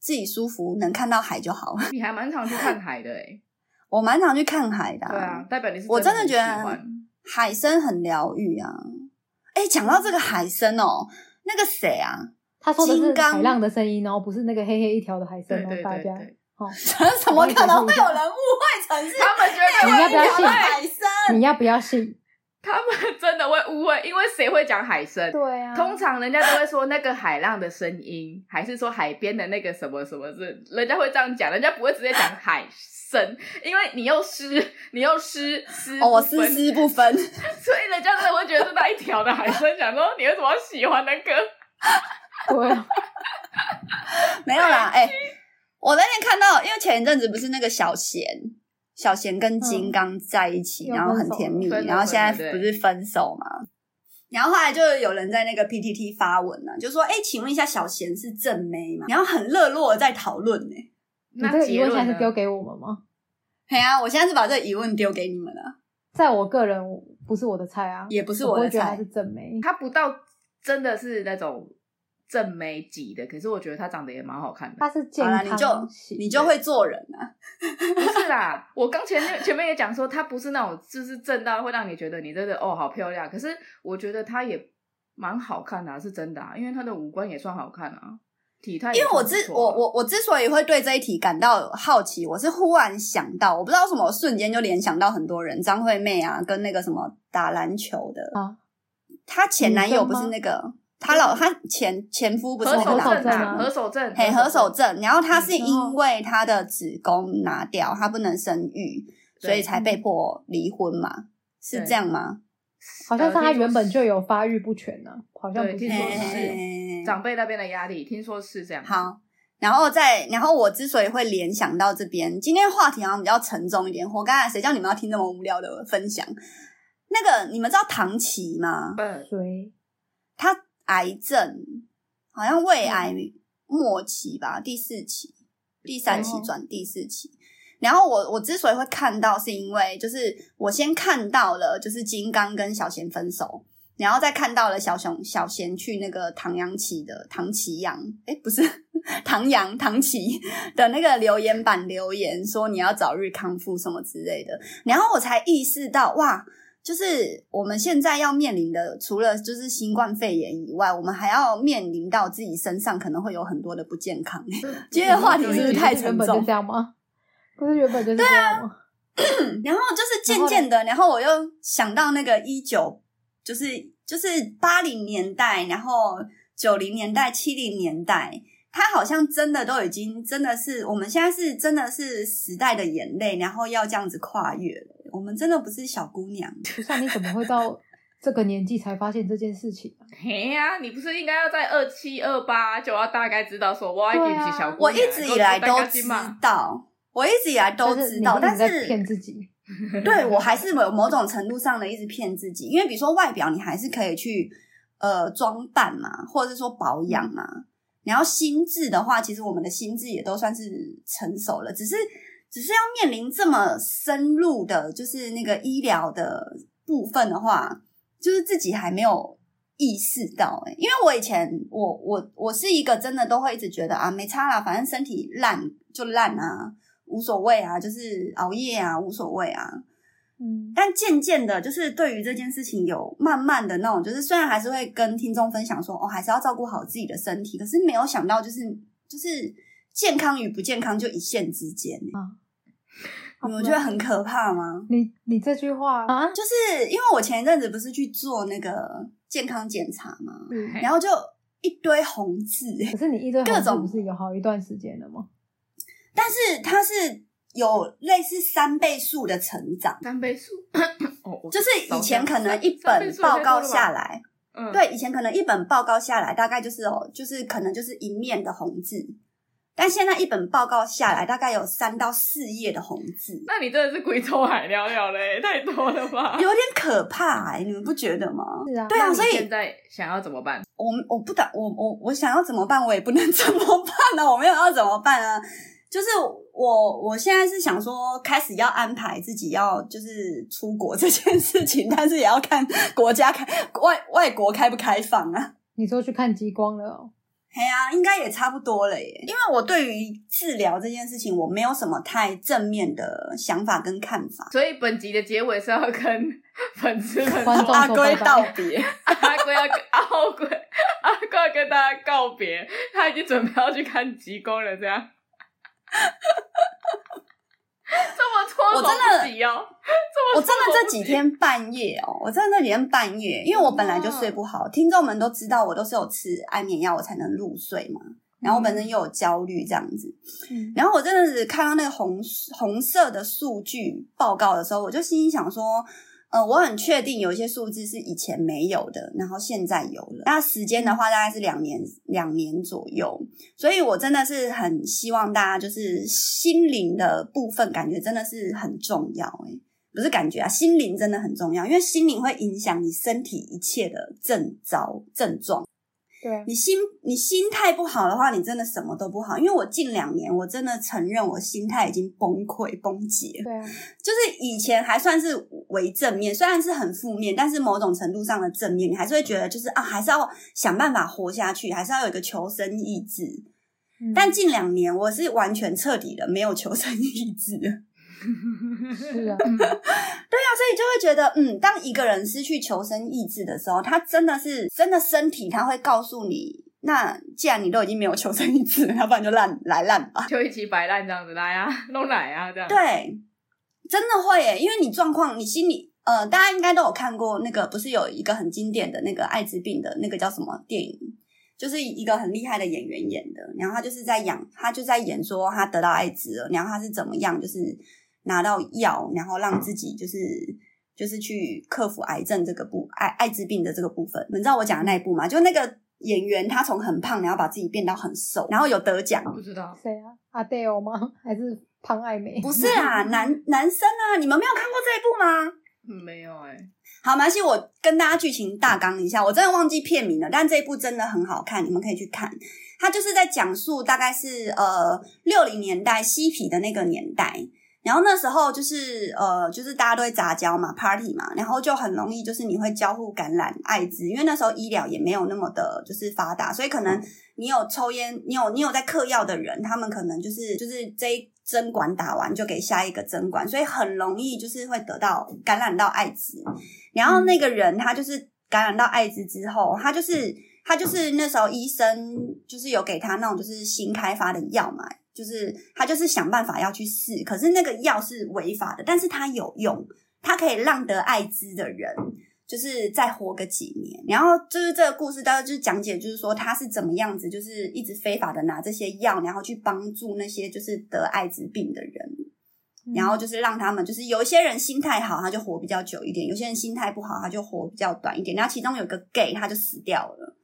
B: 自己舒服，能看到海就好。
A: 你还蛮常去看海的诶、
B: 我蛮常去看海的、
A: 对啊，，代表你是
B: 我真
A: 真
B: 的觉
A: 很喜
B: 得
A: 欢
B: 海参很疗愈啊。哎，讲到这个海参哦，那个谁啊，
C: 他说的
B: 金
C: 是
B: 刚
C: 海浪的声音哦，不是那个黑黑一条的海参
A: 对
C: 哦
A: 对，对
C: 大家
A: 对，
C: 哦，
B: 怎么可能会有人误会成是
A: 他们觉
B: 黑
A: 得
C: 你要不要
B: 黑
C: 信
B: 的海参？
C: 你要不 要信？
A: 他们真的会误会，因为谁会讲海参？
C: 对啊，
A: 通常人家都会说那个海浪的声音，还是说海边的那个什么什么是，人家会这样讲，人家不会直接讲海声，因为你又湿， 你又湿湿
B: 哦，我
A: 不分
B: 丝丝不分，
A: 所以人家真的会觉得是那一条的海参，想说你为什么要喜欢那 个？
C: 对啊，
B: 没有啦，哎、我那天看到，因为前一阵子不是那个小贤，小贤跟金刚在一起，
C: 嗯
B: 然后很甜蜜，
A: 又分手了
B: 然后现在
A: 分了
B: 不
A: 对
B: 是分手嘛？然后后来就有人在那个 PTT 发文呢、啊，就说：“哎、请问一下，小贤是正妹吗？”然后很热络的在讨论呢。
C: 你这
A: 那
C: 个疑
A: 结
C: 问现
A: 论
C: 在
A: 呢
C: 是？丢给我们吗？
B: 嘿啊，我现在是把这个疑问丢给你们了。
C: 在我个人不是我的菜啊，
B: 也不是
C: 我
B: 我的
C: 不会觉得
B: 菜
C: 它是正妹。
A: 他不到真的是那种正美级的，可是我觉得他长得也蛮好看的。
C: 它是健
B: 好啦，
C: 康
B: 你就
C: 型
B: 你就会做人啊。
A: 不是啦， 我刚前面前面也讲说，他不是那种就是正到会让你觉得你真的哦好漂亮，可是我觉得他也蛮好看的、啊，是真的、啊，因为他的五官也算好看啊，体态也
B: 因为我
A: 算不
B: 之
A: 错
B: 我
A: 啊
B: 我我之所以会对这一题感到好奇，我是忽然想到，我不知道为什么，我瞬间就联想到很多人，张惠妹啊，跟那个什么打篮球的
C: 啊，
B: 她前男友
C: 女生
B: 不
C: 吗
B: 是那个，她老她前前夫不是那
A: 何守
B: 个
C: 手
B: 打
A: 正
C: 证
A: 啊，
C: 啊
A: 何守正，
B: 嗯嘿，何守正，然后她是
C: 女生哦
B: 因为她的子宫拿掉，她不能生育，所
A: 对
B: 以才
C: 嗯
B: 被迫离婚嘛，是
A: 对
B: 这样吗？
C: 好像是他
A: 呃
C: 原本就有发育不全呢、好像
A: 对
C: 不是
A: 听说是
B: 嘿
A: 长辈那边的压力，听说是这样。
B: 好，然后再然后我之所以会联想到这边，今天话题好像比较沉重一点。我刚才谁叫你们要听这么无聊的分享？那个你们知道唐琪吗？
A: 嗯，
C: 谁？
B: 他癌症好像胃癌末期吧，第四期、第三期
C: 哦
B: 转第四期。然后我我之所以会看到，是因为就是我先看到了，就是金刚跟小贤分手，然后再看到了小熊小贤去那个唐扬奇的唐奇阳，哎，不是 唐阳唐奇的那个留言板留言说你要早日康复什么之类的，然后我才意识到哇，就是我们现在要面临的，除了就是新冠肺炎以外，我们还要面临到自己身上可能会有很多的不健康。今天的话题是不是太沉
C: 原本就
B: 重啊
C: 这？样吗？不是原本就是这样吗？
B: 然后就是渐渐的，然后我又想到那个一九，就是就是八零年代，然后九零年代、七零年代，它好像真的都已经真的是我们现在是真的是时代的眼泪，然后要这样子跨越了。我们真的不是小姑娘，
C: 不是、啊，你怎么会到这个年纪才发现这件事情啊、
A: 嘿呀、你不是应该要在二七二八就要大概知道说，我已
C: 对
A: 经
C: 啊
A: 是小姑娘
B: 我一直以来
A: 我
B: 都
A: 啊大家
B: 知
A: 嘛
B: 道，我一直以来都
C: 就是
B: 知
C: 你
B: 道，
C: 一
B: 但
C: 直在
B: 是
C: 骗自己。嗯
B: 对我还是有某种程度上的一直骗自己，因为比如说外表，你还是可以去呃装扮嘛，或者是说保养嘛。然后心智的话，其实我们的心智也都算是成熟了，只是只是要面临这么深入的，就是那个医疗的部分的话，就是自己还没有意识到、欸。因为我以前我我我是一个真的都会一直觉得啊，没差啦，反正身体烂就烂啊，无所谓啊，就是熬夜啊，无所谓啊。
C: 嗯，
B: 但渐渐的，就是对于这件事情有慢慢的那种，就是虽然还是会跟听众分享说，哦，还是要照顾好自己的身体，可是没有想到，就是就是健康与不健康就一线之间欸
A: 嗯
C: 啊
B: 你们觉得很可怕吗？
C: 你你这句话啊，
B: 就是因为我前一阵子不是去做那个健康检查嘛，
C: 嗯
B: 然后就一堆红字，欸
C: 可是你一堆
B: 各
C: 红字
B: 种
C: 不是有好一段时间了吗？
B: 但是它是有类似三倍数的成长，
A: 三倍数，哦，我
B: 就是以前可能一
A: 三倍
B: 本
A: 数
B: 报告
A: 太多了吧
B: 下来。
A: 嗯，
B: 对，以前可能一本报告下来，大概就是哦，就是可能就是一面的红字，但现在一本报告下来，大概有三到四页的红字，
A: 那你真的是贵州海聊聊嘞，太多了吧？
B: 有点可怕、欸，你们不觉得吗？
C: 是啊，
B: 对啊
A: 那你
B: 所以
A: 现在想要怎么办？
B: 我我不打我我我想要怎么办，我也不能 怎么办呢、我没有要怎么办啊，就是我我现在是想说，开始要安排自己要就是出国这件事情，但是也要看国家开外外国开不开放啊。
C: 你说去看极光了哦、
B: 哎呀，应该也差不多了耶。因为我对于治疗这件事情，我没有什么太正面的想法跟看法。
A: 所以本集的结尾是要跟粉丝们
C: 观众
A: 说，
B: 阿
C: 说
B: 龟
C: 拜拜
B: 道 别，
A: 阿龟要跟阿龟阿龟要跟大家告别，他已经准备要去看极光了，这样。这么 搓
B: 我真
A: 手
B: 的
A: 自己哦，
B: 我真的这几天半夜哦，我真的这几天半夜，因为我本来就睡不好。听众们都知道，我都是有吃安眠药我才能入睡嘛。然后我本身又有焦虑这样子，
C: 嗯，
B: 然后我真的是看到那个红红色的数据报告的时候，我就心里想说，呃，我很确定有一些数字是以前没有的，然后现在有了。那时间的话，大概是两年两年左右，所以我真的是很希望大家就是心灵的部分，感觉真的是很重要、欸，不是感觉啊，心灵真的很重要，因为心灵会影响你身体一切的症兆症状。
C: 对啊，
B: 你心你心态不好的话，你真的什么都不好。因为我近两年，我真的承认我心态已经崩溃崩解了。
C: 对啊，
B: 就是以前还算是为正面，虽然是很负面，但是某种程度上的正面，你还是会觉得就是啊，还是要想办法活下去，还是要有一个求生意志。
C: 嗯
B: 但近两年，我是完全彻底的没有求生意志了。
C: 是啊，
A: 嗯
B: 所以就会觉得，嗯，当一个人失去求生意志的时候，他真的是真的身体，他会告诉你，那既然你都已经没有求生意志了，要不然就烂来烂吧。
A: 就一起摆烂这样子来啊，弄来啊这样。
B: 对，真的会耶，因为你状况，你心里，呃，大家应该都有看过那个，不是有一个很经典的那个艾滋病的那个叫什么电影？就是一个很厉害的演员演的，然后他就是在养，他就在演说他得到艾滋了，然后他是怎么样，就是拿到药，然后让自己就是就是去克服癌症这个部艾艾滋病的这个部分。你知道我讲的那一部吗？就那个演员他从很胖，然后把自己变到很瘦，然后有得奖，
A: 不知道，
C: 谁啊？阿黛尔吗？ 还是潘爱美？
B: 不是啊，男男生啊，你们没有看过这一部吗？
A: 嗯没有哎、
B: 好，没关系，我跟大家剧情大纲一下，我真的忘记片名了，但这一部真的很好看，你们可以去看。它就是在讲述大概是呃六零年代嬉皮的那个年代，然后那时候就是呃就是大家都会杂交嘛，party 嘛，然后就很容易就是你会交互感染艾滋，因为那时候医疗也没有那么的就是发达，所以可能你有抽烟，你有你有在嗑药的人，他们可能就是就是这一针管打完就给下一个针管，所以很容易就是会得到感染到艾滋。然后那个人他就是感染到艾滋之后，他就是他就是那时候医生就是有给他那种就是新开发的药嘛，就是他就是想办法要去试，可是那个药是违法的，但是他有用，它可以让得艾滋的人。就是再活个几年，然后就是这个故事，大概就是讲解，就是说他是怎么样子，就是一直非法的拿这些药，然后去帮助那些就是得艾滋病的人。
C: 嗯
B: 然后就是让他们，就是有一些人心态好，他就活比较久一点；有些人心态不好，他就活比较短一点。然后其中有一个 gay，他就死掉了，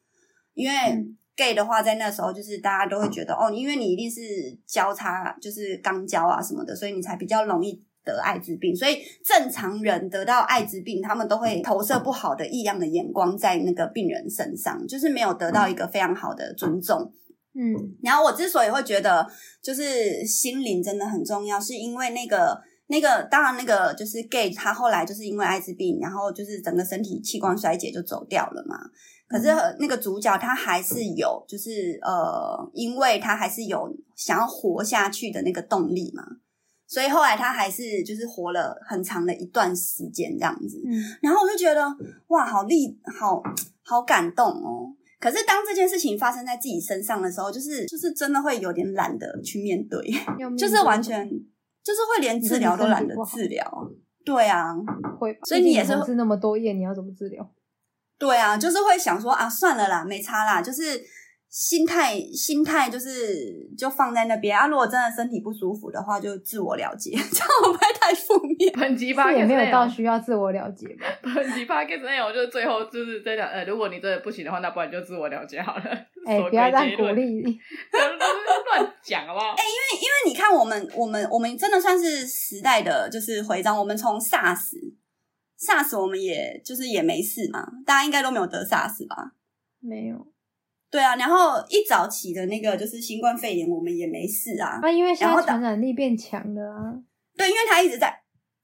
B: 因为
C: 嗯
B: gay 的话，在那时候就是大家都会觉得哦，因为你一定是交叉，就是肛交啊什么的，所以你才比较容易得艾滋病，所以正常人得到艾滋病，他们都会投射不好的异样的眼光在那个病人身上，就是没有得到一个非常好的尊重。
C: 嗯，
B: 然后我之所以会觉得就是心灵真的很重要，是因为那个那个当然那个就是 gay，他后来就是因为艾滋病，然后就是整个身体器官衰竭就走掉了嘛。可是呃那个主角他还是有，就是呃，因为他还是有想要活下去的那个动力嘛，所以后来他还是就是活了很长的一段时间这样子。
C: 嗯，
B: 然后我就觉得哇，好励，好好感动哦。可是当这件事情发生在自己身上的时候，就是就是真的会有点懒得去面对，
C: 要面
B: 就是
C: 对
B: 完全就是会连治疗都懒得治疗。对啊，
C: 会吧，
B: 所以你也是
C: 是那么多夜，你要怎么治 疗？
B: 对啊，就是会想说啊，算了啦，没差啦，就是心态心态就是就放在那边啊。如果真的身体不舒服的话，就自我了解， 这样会不会太负面？
A: 本集
C: 是
A: podcast
C: 也没有
A: 内
B: 哦
C: 到
A: 容
C: 需要自我了解吧？
A: 本集 podcast 内容就是最后就是在讲，呃，如果你真的不行的话，那不然就自我了解好了。
C: 哎、
A: 什么
C: 不要
A: 鬼
C: 乱
A: 结
C: 鼓
A: 论，
C: 励，
A: 乱讲好不好？
B: 哎因为你看我们，我们，我们真的算是时代的，就是徽章。我们从 SARS，SARS 我们也就是也没事嘛，大家应该都没有得 SARS 吧？
C: 没有。
B: 对啊，然后一早起的那个就是新冠肺炎，我们也没事 啊。
C: 那、因为现
B: 然后
C: 在
B: 打
C: 传染力变强了啊，
B: 对，因为它一直在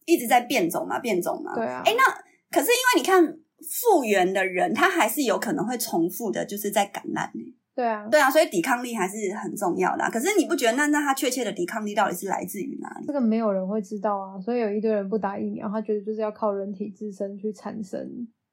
B: 一直在变种嘛，变种嘛。
C: 对啊，
B: 哎，那可是因为你看复原的人，他还是有可能会重复的，就是在感染欸、
C: 对啊，
B: 对啊，所以抵抗力还是很重要的啊、可是你不觉得那那他确切的抵抗力到底是来自于哪里？
C: 这个没有人会知道啊，所以有一堆人不打疫苗，他觉得就是要靠人体自身去产生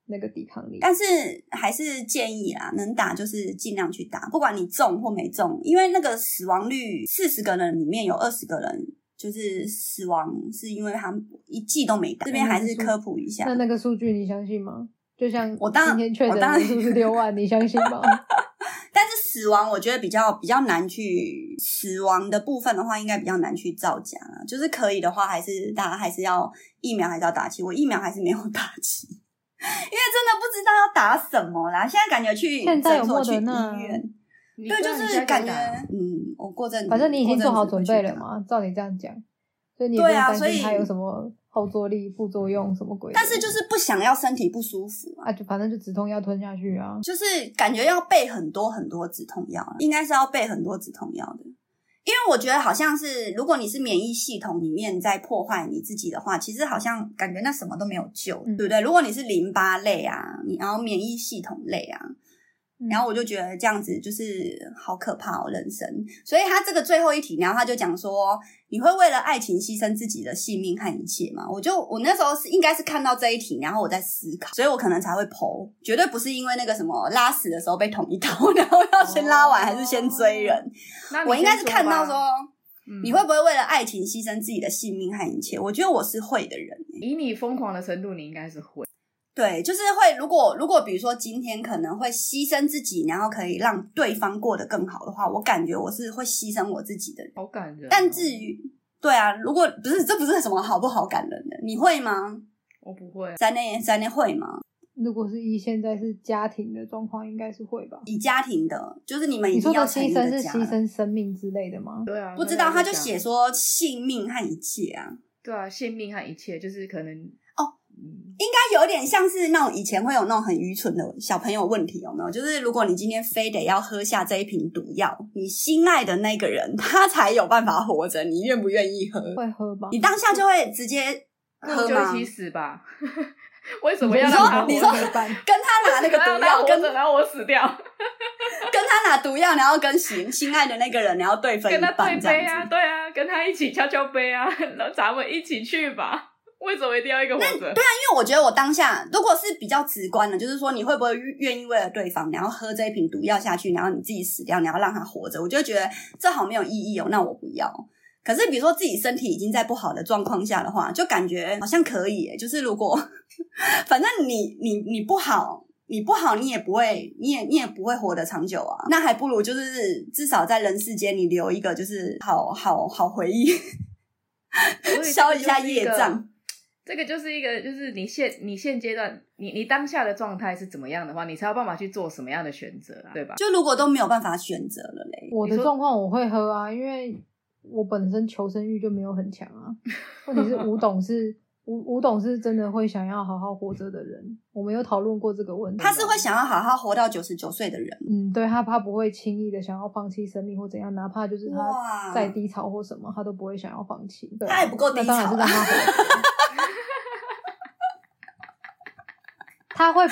C: 那个抵抗力。
B: 但是还是建议啦，能打就是尽量去打，不管你中或没中，因为那个死亡率四十个人里面有二十个人就是死亡是因为他一剂都没打。这边还是科普一下
C: 那，那个数据你相信吗？就像
B: 我当然
C: 今天确
B: 我当然
C: 诊数是 六万，你相信吗？
B: 但是死亡我觉得比较比较难去死亡的部分的话，应该比较难去造假啦。就是可以的话，还是大家还是要疫苗还是要打齐。我疫苗还是没有打齐， 因为真的不知道要打什么啦。现在感觉去
C: 现在有
B: 诊所去
C: 莫德纳
B: 医院，
A: 你
B: 对，就
A: 那你
B: 是
A: 现在啊
B: 感
A: 以
B: 觉
A: 打
B: 嗯，我过阵子
C: 啊反正你已经做好准备了？
B: 过阵子会去打
C: 嘛，照你这样讲，所以你也不
B: 对
C: 用
B: 啊
C: 担
B: 所以
C: 心它有什么后坐力、副作用什么鬼的。
B: 但是就是不想要身体不舒服啊，
C: 啊，就反正就止痛药吞下去啊。
B: 就是感觉要备很多很多止痛药啊，应该是要备很多止痛药的。因为我觉得好像是，如果你是免疫系统里面在破坏你自己的话，其实好像感觉那什么都没有救，
C: 嗯
B: 对不对？如果你是淋巴类啊，你然后免疫系统类啊，
C: 嗯
B: 然后我就觉得这样子就是好可怕哦，人生。所以他这个最后一题，然后他就讲说，你会为了爱情牺牲自己的性命和一切吗？我就我那时候是应该是看到这一题，然后我在思考，所以我可能才会剖，绝对不是因为那个什么拉屎的时候被捅一刀， 然后要先拉完还是先追人。
A: 那你
B: 我应该
A: 先
B: 是看
A: 吧
B: 到说，，
A: 嗯
B: 你会不会为了爱情牺牲自己的性命和一切？我觉得我是会的人。欸
A: 以你疯狂的程度，你应该是会。
B: 对，就是会，如果如果比如说今天可能会牺牲自己，然后可以让对方过得更好的话，我感觉我是会牺牲我自己的人。
A: 好感人哦、
B: 但至于对啊，如果不是这不是什么好不好感人的，你会吗？
A: 我不会啊，
B: 在那在那会吗？
C: 如果是以现在是家庭的状况，应该是会吧？
B: 以家庭的，就是你们已
C: 你
B: 经
C: 说的
B: 要成
C: 牺
B: 一
C: 牲
B: 个
C: 是
B: 家
C: 牺
B: 了，
C: 牲生命之类的吗？
A: 对啊，
B: 不知
A: 那
B: 道
A: 个
B: 他就
A: 讲
B: 写说性命和一切啊，
A: 对啊，性命和一切就是可能
B: 哦
A: 嗯，
B: 应该有点像是那种以前会有那种很愚蠢的小朋友问题，有没有？就是如果你今天非得要喝下这一瓶毒药，你心爱的那个人他才有办法活着，你愿不愿意喝？
C: 会喝吧？
B: 你当下就会直接
A: 不如
B: 喝
A: 就
B: 吗
A: 一？起死吧。 为什么要
B: 你
A: 让
B: 说
A: 他活着
B: 你说
C: 怎么办？
B: 跟他拿那 个
A: 要
B: 毒
A: 让他
B: 药，
A: 活
B: 跟
A: 着，然后我死掉，
B: 跟他拿毒药，然后跟心心爱的那个人，然后对分
A: 跟
B: 一
A: 他对
B: 半这
A: 杯啊，
B: 样子。
A: 对啊，跟他一起敲敲杯啊，然后咱们一起去吧。为什么一定要一个活 着？对啊，
B: 因为我觉得我当下如果是比较直观的，就是说你会不会愿意为了对方，然后喝这一瓶毒药下去，然后你自己死掉，你要让他活着，我就会觉得这好没有意义哦，那我不要。可是比如说自己身体已经在不好的状况下的话，就感觉好像可以耶，就是如果 反正你你你不好。你不好，你也不会，你也你也不会活得长久啊。那还不如就是至少在人世间，你留一个就是好好好回忆。 消一下业障。
A: 这个就是一个，就是你现你现阶段，你你当下的状态是怎么样的话，你才有办法去做什么样的选择啊，对吧？
B: 就如果都没有办法选择了嘞，
C: 我的
A: 你说
C: 状况我会喝啊，因为我本身求生欲就没有很强啊。问题是吴董是吴吴董是真的会想要好好活着的人，我们有讨论过这个问题。啊
B: 他是会，想要好好活到九十九岁的人，
C: 嗯，对他他不会轻易的想要放弃生命或怎样，哪怕就是
B: 哇
C: 他再低潮或什么，他都不会想要放弃。对啊
B: 他也不够低
C: 那当然
B: 潮啊
C: 是让他活着。 他会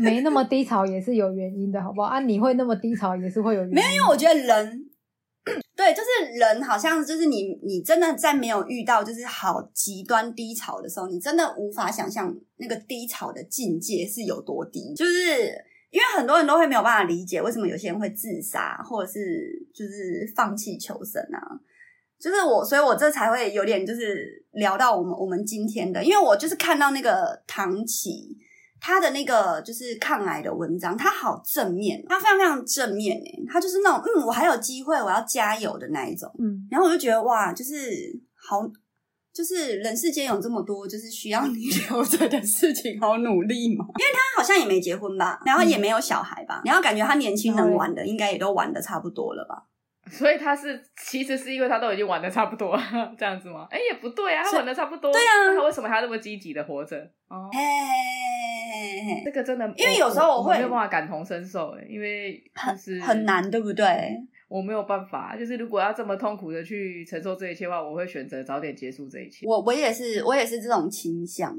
C: 没那么低潮也是有原因的，好不好？啊，你会那么低潮也是会有原因的。
B: 没有，因为我觉得人， 对，就是人，好像就是你，你真的在没有遇到就是好极端低潮的时候，你真的无法想象那个低潮的境界是有多低，就是。因为很多人都会没有办法理解为什么有些人会自杀，或者是就是放弃求生啊，就是我，所以我这才会有点就是聊到我们我们今天的，因为我就是看到那个唐琪他的那个就是抗癌的文章，他好正面，哦他非常非常正面诶，他就是那种嗯，我还有机会，我要加油的那一种。
C: 嗯，
B: 然后我就觉得哇，就是好，就是人世间有这么多就是需要你 留着的事情，好努力嘛。因为他好像也没结婚吧，然后也没有小孩吧，然后感觉他年轻人玩的应该也都玩的差不多了吧。
A: 所以他是其实是因为他都已经玩的差不多了，这样子吗？哎、也不对啊，他
B: 是
A: 玩的差不多，
B: 对啊
A: 那他为什么还要那么积极的活着？哦，
B: 嘿嘿嘿嘿嘿
A: 这个真的，
B: 因为
A: 我
B: 有时候
A: 我
B: 我会
A: 没有办法感同身受，哎，因为就是
B: 很，难，对不对？
A: 我没有办法，就是如果要这么痛苦的去承受这一切的话，我会选择早点结束这一切。
B: 我我也是，我也是这种倾向，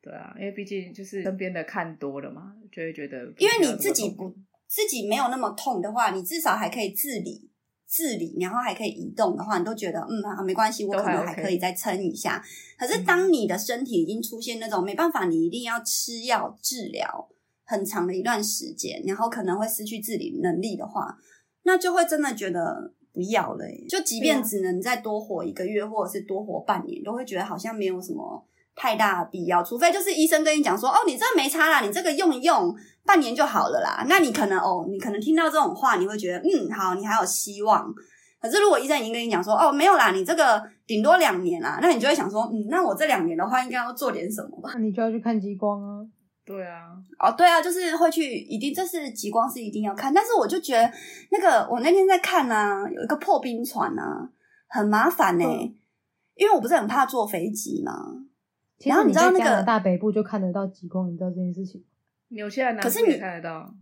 A: 对啊，因为毕竟就是身边的看多了嘛，就会觉得
B: 因为你自己
A: 不要这么痛
B: 不
A: 苦
B: 自己没有那么痛的话，你至少还可以自理自理，然后还可以移动的话，你都觉得嗯啊没关系，我
A: 都
B: 可
A: 还
B: 能还
A: OK 嗯
B: 可以再撑一下。可是当你的身体已经出现那种没办法，你一定要吃药治疗很长的一段时间，然后可能会失去自理能力的话，那就会真的觉得。不要了耶、就即便
C: 对啊
B: 只能再多活一个月，或者是多活半年，都会觉得好像没有什么太大的必要，除非就是医生跟你讲说，哦，你这没差啦，你这个用一用半年就好了啦。那你可能哦，你可能听到这种话，你会觉得嗯，好，你还有希望。可是如果医生已经跟你讲说，哦，没有啦，你这个顶多两年啦，那你就会想说，嗯，那我这两年的话，应该要做点什么吧？
C: 那你就要去看极光啊。
A: 对啊，
B: 哦，对啊，就是会去，一定这是极光是一定要看，但是我就觉得那个我那天在看啊，有一个破冰船啊，很麻烦呢、
C: 嗯
B: 因为我不是很怕坐飞机嘛，
C: 其
B: 然后
C: 实
B: 你知
C: 在
B: 道那
C: 加拿
B: 个
C: 大北部就看得到极光，你知道这件事情吗？
A: 纽西兰南
B: 可是
A: 部也
B: 你
A: 看得到，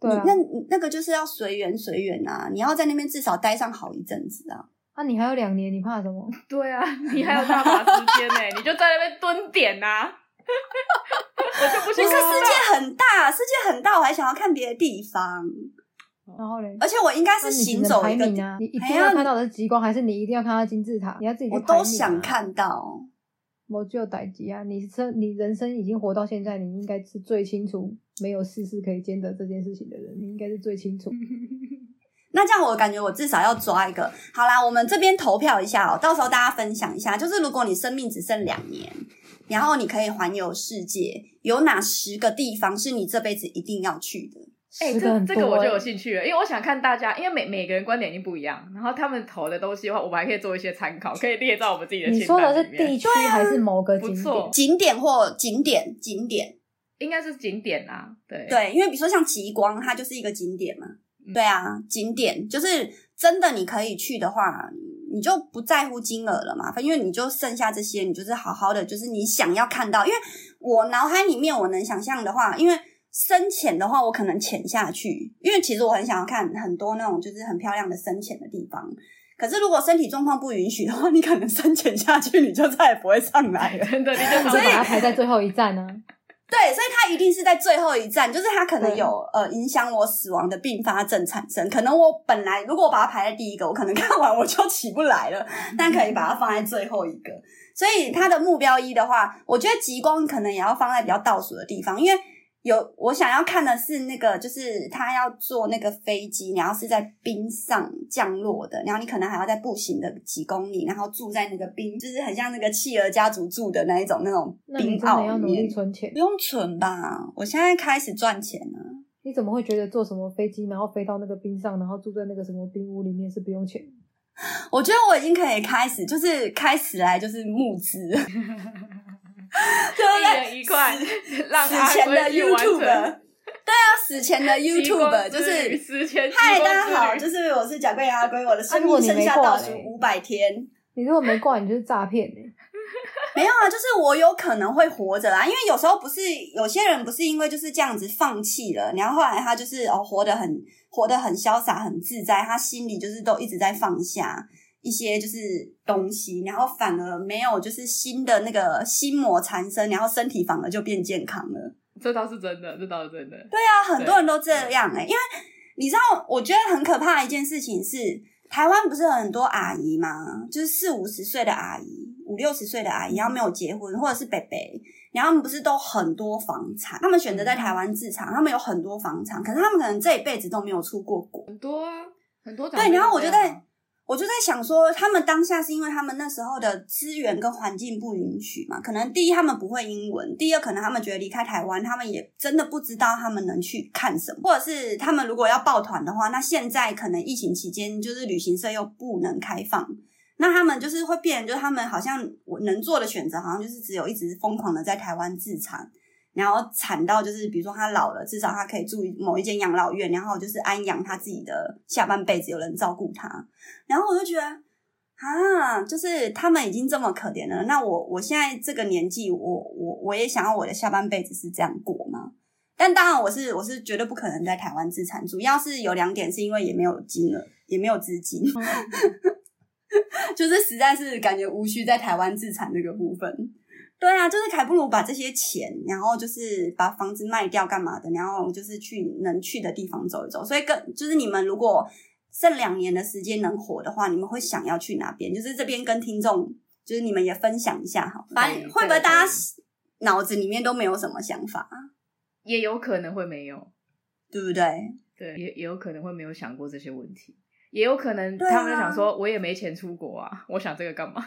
C: 对
B: 你，
C: 啊
B: 那你那个就是要随缘随缘啊，你要在那边至少待上好一阵子啊。
C: 啊，你还有两年，你怕什么？
A: 对啊，你还有大把时间呢、你就在那边蹲点呐、啊。我就不
B: 不
A: 信
C: 啊
A: 看
B: 是世
A: 不到
B: 界很大，世界很大，我还想要看别的地方，
C: 然 后嘞，
B: 而且我应该
C: 那
B: 是
C: 你只
B: 行
C: 能
B: 走
C: 排
B: 一个
C: 名
B: 地，
C: 啊，你一
B: 哎
C: 定
B: 呀
C: 要看到的是极光，还是你一定要看到金字塔？你要自己去
B: 我
C: 排名啊
B: 都想。看到。
C: 我就有代级啊！你生你人生已经活到现在，你应该是最清楚没有事事可以兼得这件事情的人，你应该是最清楚。
B: 那这样我感觉我至少要抓一个。好啦，我们这边投票一下哦，到时候大家分享一下，就是如果你生命只剩两年，然后你可以环游世界，有哪十个地方是你这辈子一定要去的？
A: 哎、
C: 十个
A: 这
C: 很
A: 这
C: 多、
A: 个我就
C: 欸
A: 有兴趣了，因为我想看大家，因为每每个人观点已经不一样，然后他们投的东西的话，我们还可以做一些参考，可以列到我们自己的
C: 你
A: 清
C: 说的
A: 单
C: 是
A: 里面。
C: 地区还是某个
A: 不
C: 景
A: 错
C: 点？
B: 景点或景点，景点。
A: 应该是景点啦，对，
B: 对，因为比如说像极光，它就是一个景点嘛。对啊，景点就是真的，你可以去的话，你就不在乎金额了嘛，因为你就剩下这些，你就是好好的，就是你想要看到。因为我脑海里面我能想象的话，因为深潜的话，我可能潜下去，因为其实我很想要看很多那种就是很漂亮的深潜的地方。可是如果身体状况不允许的话，你可能深潜下去，你就再也不会上来了。
A: 真的，你就
C: 你
A: 常
C: 就
A: 常
C: 把它排在最后一站啊！
B: 对，所以他一定是在最后一站，就是他可能
C: 对
B: 有呃影响我死亡的并发症产生。可能我本来如果我把它排在第一个，我可能看完我就起不来了，但可以把它放在最后一个。所以他的目标一的话，我觉得极光可能也要放在比较倒数的地方，因为有我想要看的是那个，就是他要坐那个飞机，然后是在冰上降落的，然后你可能还要在步行的几公里，然后住在那个冰，就是很像那个企鹅家族住的那一种那种
C: 那你
B: 冰
C: 真
B: 坳
C: 的
B: 里
C: 要努
B: 面
C: 力存钱
B: 不。用存吧，我现在开始赚钱了。
C: 你怎么会觉得坐什么飞机，然后飞到那个冰上，然后住在那个什么冰屋里面是不用钱？
B: 我觉得我已经可以开始，就是开始来就是募资，就
A: 一
B: 是
A: 人一块，让
B: 死
A: 阿
B: 前的
A: 龟去完
B: YouTube。
A: 成。
B: 对啊，死前的 YouTube 就
A: 七公之旅
B: 是。
A: 四千七
B: 嗨，
A: 公
B: 大家
A: 之旅
B: 好，就是我是贾桂阳阿龟，我的生
C: 啊如果
B: 命
C: 你
B: 剩
C: 没
B: 下
C: 挂
B: 倒数
C: 嘞
B: 五百天。
C: 你如果没挂，你就是诈骗哎、
B: 没有啊，就是我有可能会活着啦，因为有时候不是有些人不是因为就是这样子放弃了，然后后来他就是哦活得很活得很潇洒很自在，他心里就是都一直在放下一些就是东西，然后反而没有就是新的那个心魔缠身，然后身体反而就变健康了。
A: 这倒是真的，这倒是真的。
B: 对啊，很多人都这样哎、因为你知道，我觉得很可怕的一件事情是，台湾不是有很多阿姨吗？就是四五十岁的阿姨，五六十岁的阿姨，然后没有结婚，或者是伯伯，然后他们不是都很多房产，他们选择在台湾置产，他们有很多房产，可是他们可能这一辈子都没有出过国，
A: 很多啊，很多长辈
B: 对，然后我
A: 都
B: 就
A: 这样
B: 在
A: 啊
B: 我就在想说，他们当下是因为他们那时候的资源跟环境不允许嘛？可能第一他们不会英文，第二可能他们觉得离开台湾，他们也真的不知道他们能去看什么，或者是他们如果要抱团的话，那现在可能疫情期间就是旅行社又不能开放。那他们就是会变，就是他们好像我能做的选择，好像就是只有一直疯狂的在台湾自产，然后惨到就是，比如说他老了，至少他可以住某一间养老院，然后就是安养他自己的下半辈子，有人照顾他。然后我就觉得啊，就是他们已经这么可怜了，那我我现在这个年纪，我我我也想要我的下半辈子是这样过吗？但当然，我是我是绝对不可能在台湾自产，主要是有两点，是因为也没有金额，也没有资金，
A: 嗯
B: 就是实在是感觉无需在台湾自产这个部分。对啊，就是还不如把这些钱，然后就是把房子卖掉干嘛的，然后就是去能去的地方走一走。所以跟就是你们如果剩两年的时间能活的话，你们会想要去哪边？就是这边跟听众，就是你们也分享一下哈。反正
A: 嗯
B: 会不会大
A: 对
B: 家脑子里面都没有什么想法，
A: 也有可能会没有，
B: 对不对？
A: 对，也也有可能会没有想过这些问题，也有可能
B: 对啊
A: 他们想说，我也没钱出国啊，我想这个干嘛？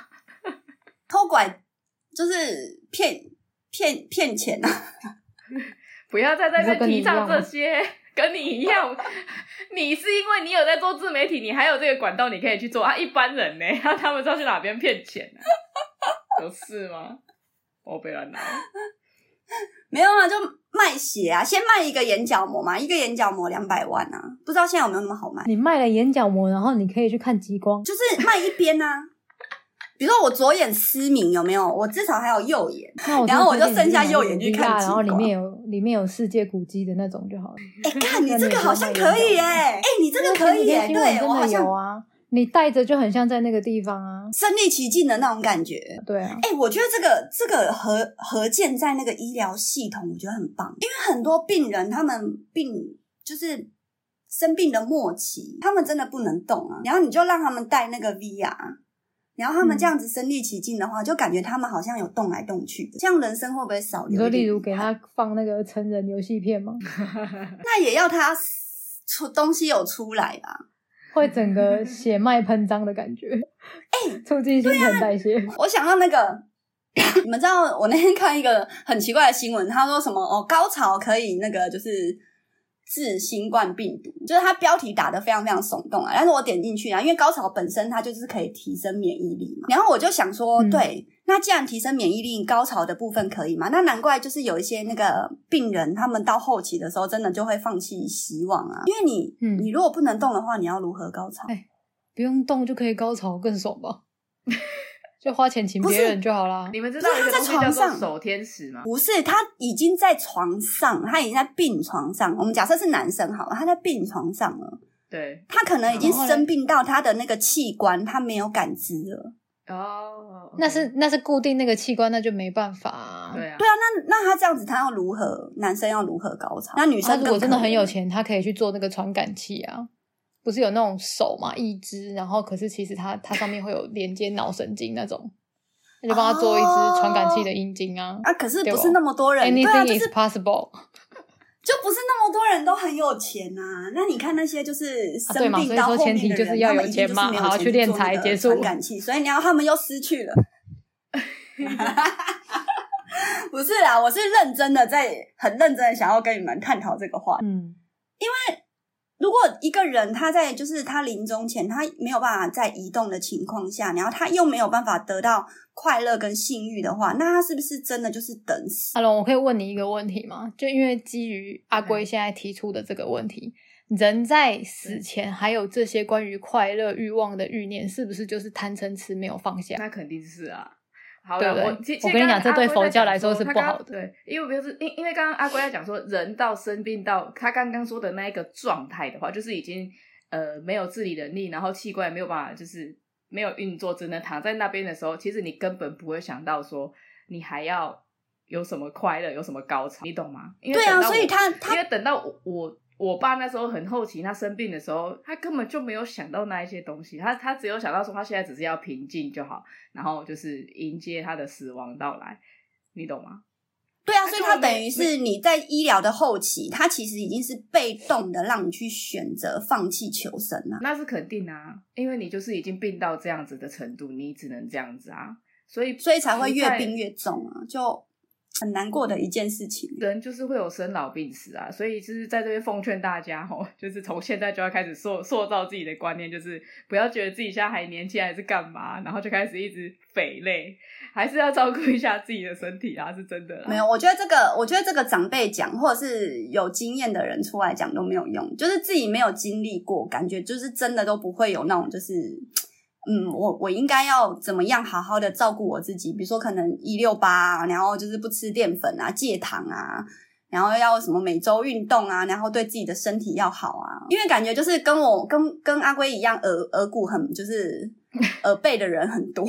B: 偷拐就是骗骗骗钱啊！
A: 不要再在
C: 你说
A: 这
C: 跟
A: 边
C: 你
A: 提倡
C: 一样
A: 这
C: 吗
A: 些，跟你一样， 你是因为你有在做自媒体，你还有这个管道，你可以去做啊。一般人呢， 他们知道去哪边骗钱、啊，有事吗？我被乱拿，
B: 没有啊，就卖血啊，先卖一个眼角膜嘛，一个眼角膜两百万啊，不知道现在有没有那么好卖，
C: 你卖了眼角膜，然后你可以去看极光，
B: 就是卖一边啊。比如说我左眼失明有没有？我至少还有右眼。
C: 那我
B: 然后我就
C: 推荐
B: 剩
C: 你
B: 下
C: 买
B: 右
C: 那个
B: 眼去
C: 希
B: 看
C: 腊
B: 极
C: 然后里
B: 光
C: 面有里面有世界古迹的那种就好了。
B: 哎、看你
C: 那
B: 这
C: 你
B: 个
C: 有
B: 好
C: 没有
B: 像
C: 卖
B: 可以
C: 眼角膜
B: 哎、哎、你这个可以哎、
C: 前几天
B: 对
C: 新
B: 我好
C: 闻真的
B: 像
C: 有啊，你带着就很像在那个地方啊。
B: 身临其境的那种感觉。
C: 对啊，
B: 哎、我觉得这个这个合合建在那个医疗系统，我觉得很棒，因为很多病人他们病就是生病的末期，他们真的不能动啊，然后你就让他们戴那个 VR。然后他们
C: 嗯
B: 这样子身临其境的话，就感觉他们好像有动来动去的，这样人生会不会少
C: 你
B: 留
C: 说
B: 一点
C: 例如给
B: 遗憾
C: 他放那个成人游戏片吗？
B: 那也要他出东西有出来吧？
C: 会整个血脉喷张的感 觉，
B: 哎
C: 促进新陈代谢。
B: 我想到那个，你们知道，我那天看一个很奇怪的新闻，他说什么哦，高潮可以那个就是治新冠病毒，就是它标题打的非常非常耸动啊。但是我点进去啊，因为高潮本身它就是可以提升免疫力嘛。然后我就想说，
C: 嗯
B: 对，那既然提升免疫力，高潮的部分可以嘛？那难怪就是有一些那个病人，他们到后期的时候，真的就会放弃希望啊，因为你、
C: 嗯
B: 你如果不能动的话，你要如何高潮？
C: 不用动就可以高潮，更爽吧？就花钱请
B: 不是
C: 别人就好啦。
A: 你们知道有一个东西
B: 不是他在
A: 叫
B: 床
A: 做
B: 上
A: 守天使吗？
B: 不是，他已经在床上，他已经在病床上。我们假设是男生好了，他在病床上了，
A: 对，
B: 他可能已经
C: 然后嘞
B: 生病到他的那个器官他没有感知了。
A: 哦，
C: 那是那是固定那个器官，那就没办法、啊。
A: 对啊，
B: 对啊，那那他这样子，他要如何？男生要如何高潮？那女
C: 他
B: 生
C: 啊如
B: 哦更
C: 果
B: 可
C: 真的
B: 怜
C: 很有，钱，他可以去做那个传感器啊，不是有那种手嘛，一只，然后可是其实它它上面会有连接脑神经那种，那就帮他做一只传感器的阴茎啊。
B: 哦啊，可是
C: 对
B: 不
C: 吧
B: 是那么多人，对啊，就
C: Anything
B: 是
C: is possible
B: 就不是那么多人都很有钱啊。那你看那些就是
C: 啊
B: 生
C: 对嘛
B: 病
C: 所以
B: 到后
C: 说前
B: 面
C: 提
B: 的
C: 就
B: 人，
C: 是要
B: 他们
C: 有
B: 一定就
C: 钱
B: 是
C: 嘛
B: 没有
C: 好
B: 钱
C: 去练
B: 做那
C: 财
B: 个
C: 结束
B: 传感器，所以你要他们又失去 了。不是啦，嗯我是认真的在很认真的想要跟你们探讨这个话题。
C: 嗯。
B: 如果一个人他在就是他临终前他没有办法在移动的情况下，然后他又没有办法得到快乐跟性欲的话，那他是不是真的就是等死？
C: 阿龙，我可以问你一个问题吗？就因为基于
B: 嗯
C: 阿龟现在提出的这个问题，人在
B: 嗯
C: 死前还有这些关于快乐欲望的欲念，是不是就是贪嗔痴没有放下？
A: 那肯定是啊。好
C: 对
A: 了，
C: 不对
A: 我其实
C: 我跟你讲这对佛教来说
A: 说
C: 是不好的
A: 对，因为比如是因因为刚刚阿龟在讲说，人到生病到他刚刚说的那一个状态的话，就是已经呃没有自理能力，然后器官也没有办法，就是没有运作，只能躺在那边的时候，其实你根本不会想到说你还要有什么快乐，有什么高潮，你懂吗？因为
B: 对啊，
A: 等到
B: 所以
A: 我
B: 他他
A: 因为等到我我我爸那时候很后期，他生病的时候，他根本就没有想到那一些东西，他他只有想到说他现在只是要平静就好，然后就是迎接他的死亡到来，你懂吗？
B: 对啊，
A: 他
B: 所以
A: 根
B: 他
A: 本没
B: 等于是你在医疗的后期，他其实已经是被动的让你去选择放弃求生了。
A: 那是肯定啊，因为你就是已经病到这样子的程度，你只能这样子啊，所以
B: 所以才会越
A: 在
B: 病越重啊，就很难过的一件事情。啊
A: 人就是会有生老病死啊，所以就是在这边奉劝大家吼，就是从现在就要开始塑塑造自己的观念，就是不要觉得自己现在还年轻还是干嘛，然后就开始一直匪类，还是要照顾一下自己的身体啊，是真的啦。
B: 没有，我觉得这个，我觉得这个长辈讲，或者是有经验的人出来讲都没有用，就是自己没有经历过，感觉就是真的都不会有那种就是，嗯，我我应该要怎么样好好的照顾我自己，比如说可能一六八，啊然后就是不吃淀粉啊，戒糖啊。然后要什么每周运动啊，然后对自己的身体要好啊，因为感觉就是跟我跟跟阿龟一样，耳耳骨很就是 耳背的人很多，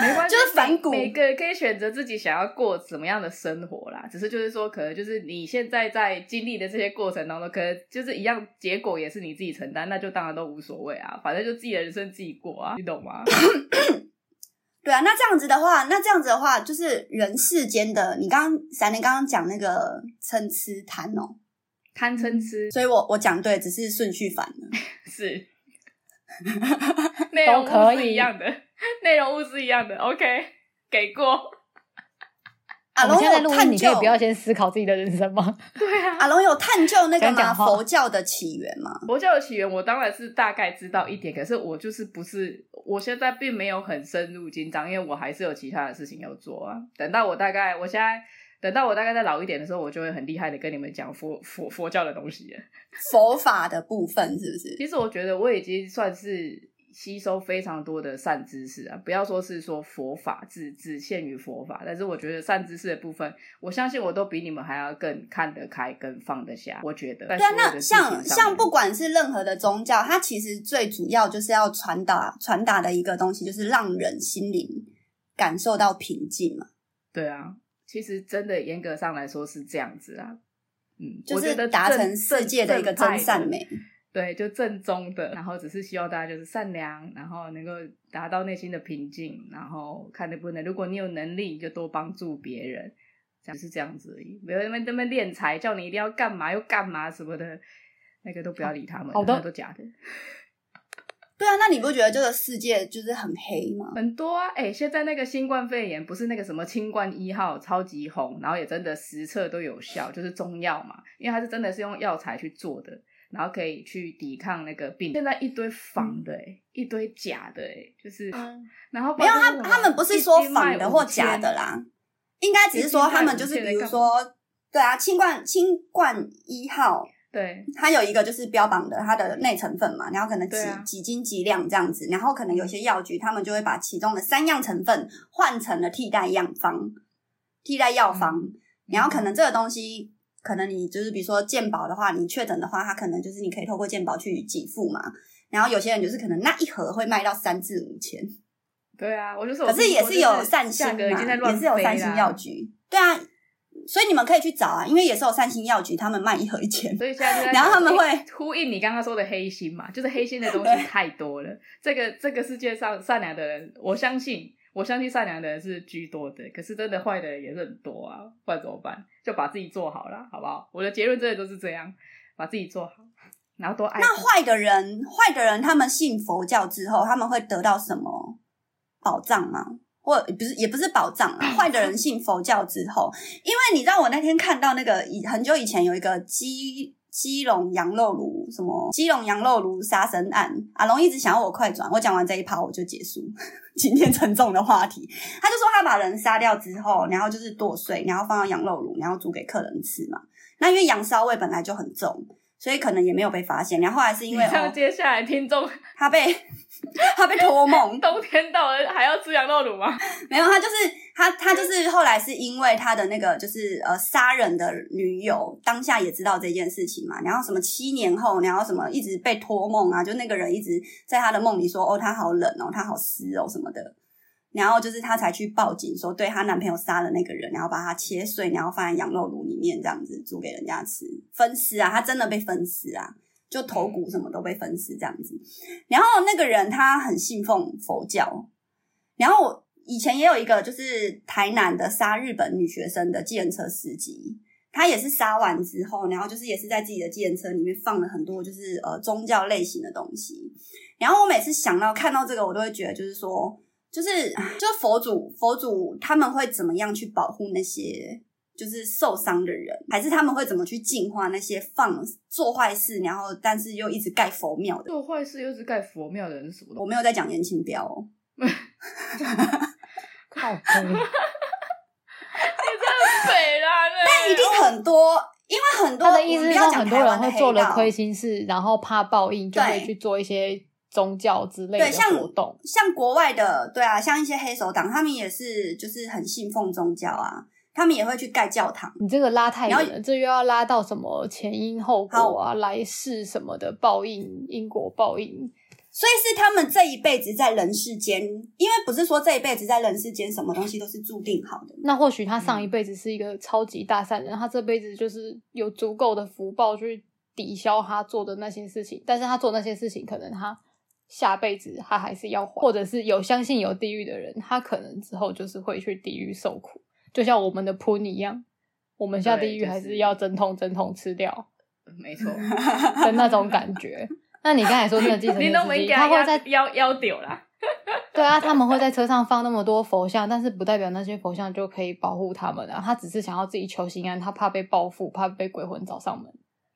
A: 没 关系，
B: 就是反骨
A: 每每个人可以选择自己想要过怎么样的生活啦。只是就是说，可能就是你现在在经历的这些过程当中，可能就是一样结果也是你自己承担，那就当然都无所谓啊，反正就自己的人生自己过啊，你懂吗？
B: 对啊，那这样子的话，那这样子的话，就是人世间的，你刚刚闪灵刚刚讲那个参差贪哦，
A: 贪嗔痴
B: 所以我我讲对，只是顺序反了。
A: 是，内容
C: 都可
A: 物
C: 以
A: 是一样的，内容物是一样的。OK，给过。
B: 阿
C: 我们
B: 龙
C: 现在录
B: 有
C: 音，
B: 探
C: 你可以
B: 究
C: 不，要先思考自己的人生吗？
A: 对啊，
B: 阿龙有探究那个
C: 讲
B: 吗？
C: 讲话
B: 佛教的起源吗？
A: 佛教的起源我当然是大概知道一点，可是我就是不是，我现在并没有很深入经章，因为我还是有其他的事情要做啊。等到我大概，我现在。等到我大概再老一点的时候，我就会很厉害的跟你们讲佛佛佛教的东西了。
B: 佛法的部分是不是？
A: 其实我觉得我已经算是吸收非常多的善知识啊，不要说是说佛法，只只限于佛法，但是我觉得善知识的部分，我相信我都比你们还要更看得开、更放得下。我觉得，对
B: 对啊，那像像不管是任何的宗教，它其实最主要就是要传达传达的一个东西，就是让人心灵感受到平静嘛，
A: 对啊，其实真的严格上来说是这样子啊，嗯，
B: 就
A: 我觉
B: 是
A: 得
B: 达
A: 正
B: 成世界的一个真善。
A: 正派的
B: 美。
A: 对，就正宗的，然后只是希望大家就是善良，然后能够达到内心的平静，然后看能不能，如果你有能力，你就多帮助别人，只是这样子而已。没有那边那边敛财，叫你一定要干嘛又干嘛什么的，那个都不要理他们，
C: 好的
A: 那都假的。
B: 对啊，那你不觉得这个世界就是很黑吗？
A: 很多啊，哎、现在那个新冠肺炎不是那个什么清冠一号超级红，然后也真的实测都有 效，就是中药嘛，因为它是真的是用药材去做的，然后可以去抵抗那个病。现在一堆仿的、欸，一堆假的、欸，就是，然后
B: 嗯没有，
A: 不然
B: 他
A: 就是什么
B: 他们不是说
A: 一斤卖
B: 仿的或假
A: 5000
B: 的啦，应该只是说他们就是比如说，对啊，清冠清冠一号，
A: 对
B: 它有一个就是标榜的它的内成分嘛，然后可能几、
A: 对啊
B: 几斤几两这样子，然后可能有些药局他们就会把其中的三样成分换成了替代样方、替代药
A: 嗯
B: 方，然后可能这个东西。可能你就是比如说健保的话，你确诊的话，它可能就是你可以透过健保去给付嘛。然后有些人就是可能那一盒会卖到三至五千，
A: 对啊，我就说我
B: 可
A: 听
B: 是也
A: 说
B: 是
A: 就
B: 有善心
A: 价格已经在
B: 嘛，
A: 乱
B: 也是有
A: 飞
B: 善心
A: 啦
B: 药局，对啊，所以你们可以去找啊，因为也是有善心药局，他们卖一盒一千。
A: 所以现在就在
B: 然后他们会
A: 诶呼应你刚刚说的黑心嘛，就是黑心的东西
B: 对
A: 太多了。这个这个世界上善良的人，我相信，我相信善良的人是居多的，可是真的坏的人也是很多啊，不然怎么办？就把自己做好了，好不好？我的结论真的都是这样，把自己做好，然后多爱自
B: 那
A: 己。
B: 坏的人，坏的人，他们信佛教之后，他们会得到什么保障吗？或不是，也不是保障啊。坏的人信佛教之后，因为你知道，我那天看到那个以很久以前有一个基基隆羊肉炉什么基隆羊肉炉杀生案，阿龙一直想要我快转，我讲完这一趴我就结束今天沉重的话题。他就说他把人杀掉之后，然后就是剁碎，然后放到羊肉炉，然后煮给客人吃嘛。那因为羊骚味本来就很重，所以可能也没有被发现。然后后来是因为、
A: 这样
B: 哦、
A: 接下来听众
B: 他被 他被托梦，
A: 冬天到了还要吃羊肉卤吗？
B: 没有，他就是他，他就是后来是因为他的那个就是呃杀人的女友，当下也知道这件事情嘛，然后什么七年后，然后什么一直被托梦啊，就那个人一直在他的梦里说哦他好冷哦，他好湿哦什么的，然后就是她才去报警说对她男朋友杀了那个人，然后把他切碎，然后放在羊肉炉里面这样子煮给人家吃，分尸啊，他真的被分尸啊。就头骨什么都被分尸这样子，然后那个人他很信奉佛教，然后我以前也有一个就是台南的杀日本女学生的计程车司机，他也是杀完之后，然后就是也是在自己的计程车里面放了很多就是呃宗教类型的东西，然后我每次想到看到这个，我都会觉得就是说，就是就是佛祖佛祖他们会怎么样去保护那些就是受伤的人，还是他们会怎么去净化那些放做坏事，然后但是又一直盖佛庙的？
A: 做坏事又是盖佛庙的人是什么
B: 我
A: 东西？
B: 没有在讲言情标哦，
C: 靠背，
A: 太北啦！但
B: 一定很多，因为很多
C: 他的意思
B: 我们
C: 是
B: 不要
C: 说，
B: 讲
C: 很多人会
B: 台
C: 做了
B: 湾的黑道
C: 亏心事，然后怕报应，就会
B: 对
C: 去做一些宗教之类
B: 对
C: 的
B: 像
C: 活动。
B: 像国外的，对啊，像一些黑手党，他们也是就是很信奉宗教啊，他们也会去盖教堂。
C: 你这个拉太
B: 然后
C: 远了，这又要拉到什么前因后果啊、来世什么的报应、因果报应。
B: 所以是他们这一辈子在人世间，因为不是说这一辈子在人世间什么东西都是注定好的，
C: 那或许他
A: 嗯
C: 上一辈子是一个超级大善人，他这辈子就是有足够的福报去抵消他做的那些事情，但是他做那些事情，可能他下辈子他还是要还，或者是有相信有地狱的人，他可能之后就是会去地狱受苦，就像我们的普尼一样，我们下地
A: 对
C: 狱
A: 就
C: 还
A: 是
C: 是要阵痛阵痛吃掉
A: 没 错，
C: 的那种感觉。 那你刚才说那 个计程车
A: 你都
C: 司
A: 没
C: 机，
A: 给
C: 他
A: 他
C: 会在
A: 压腰腰丢啦。
C: 对啊，他们会在车上放那么多佛像，但是不代表那些佛像就可以保护他们啊。他只是想要自己求心安，他怕被报复，怕被鬼魂找上门。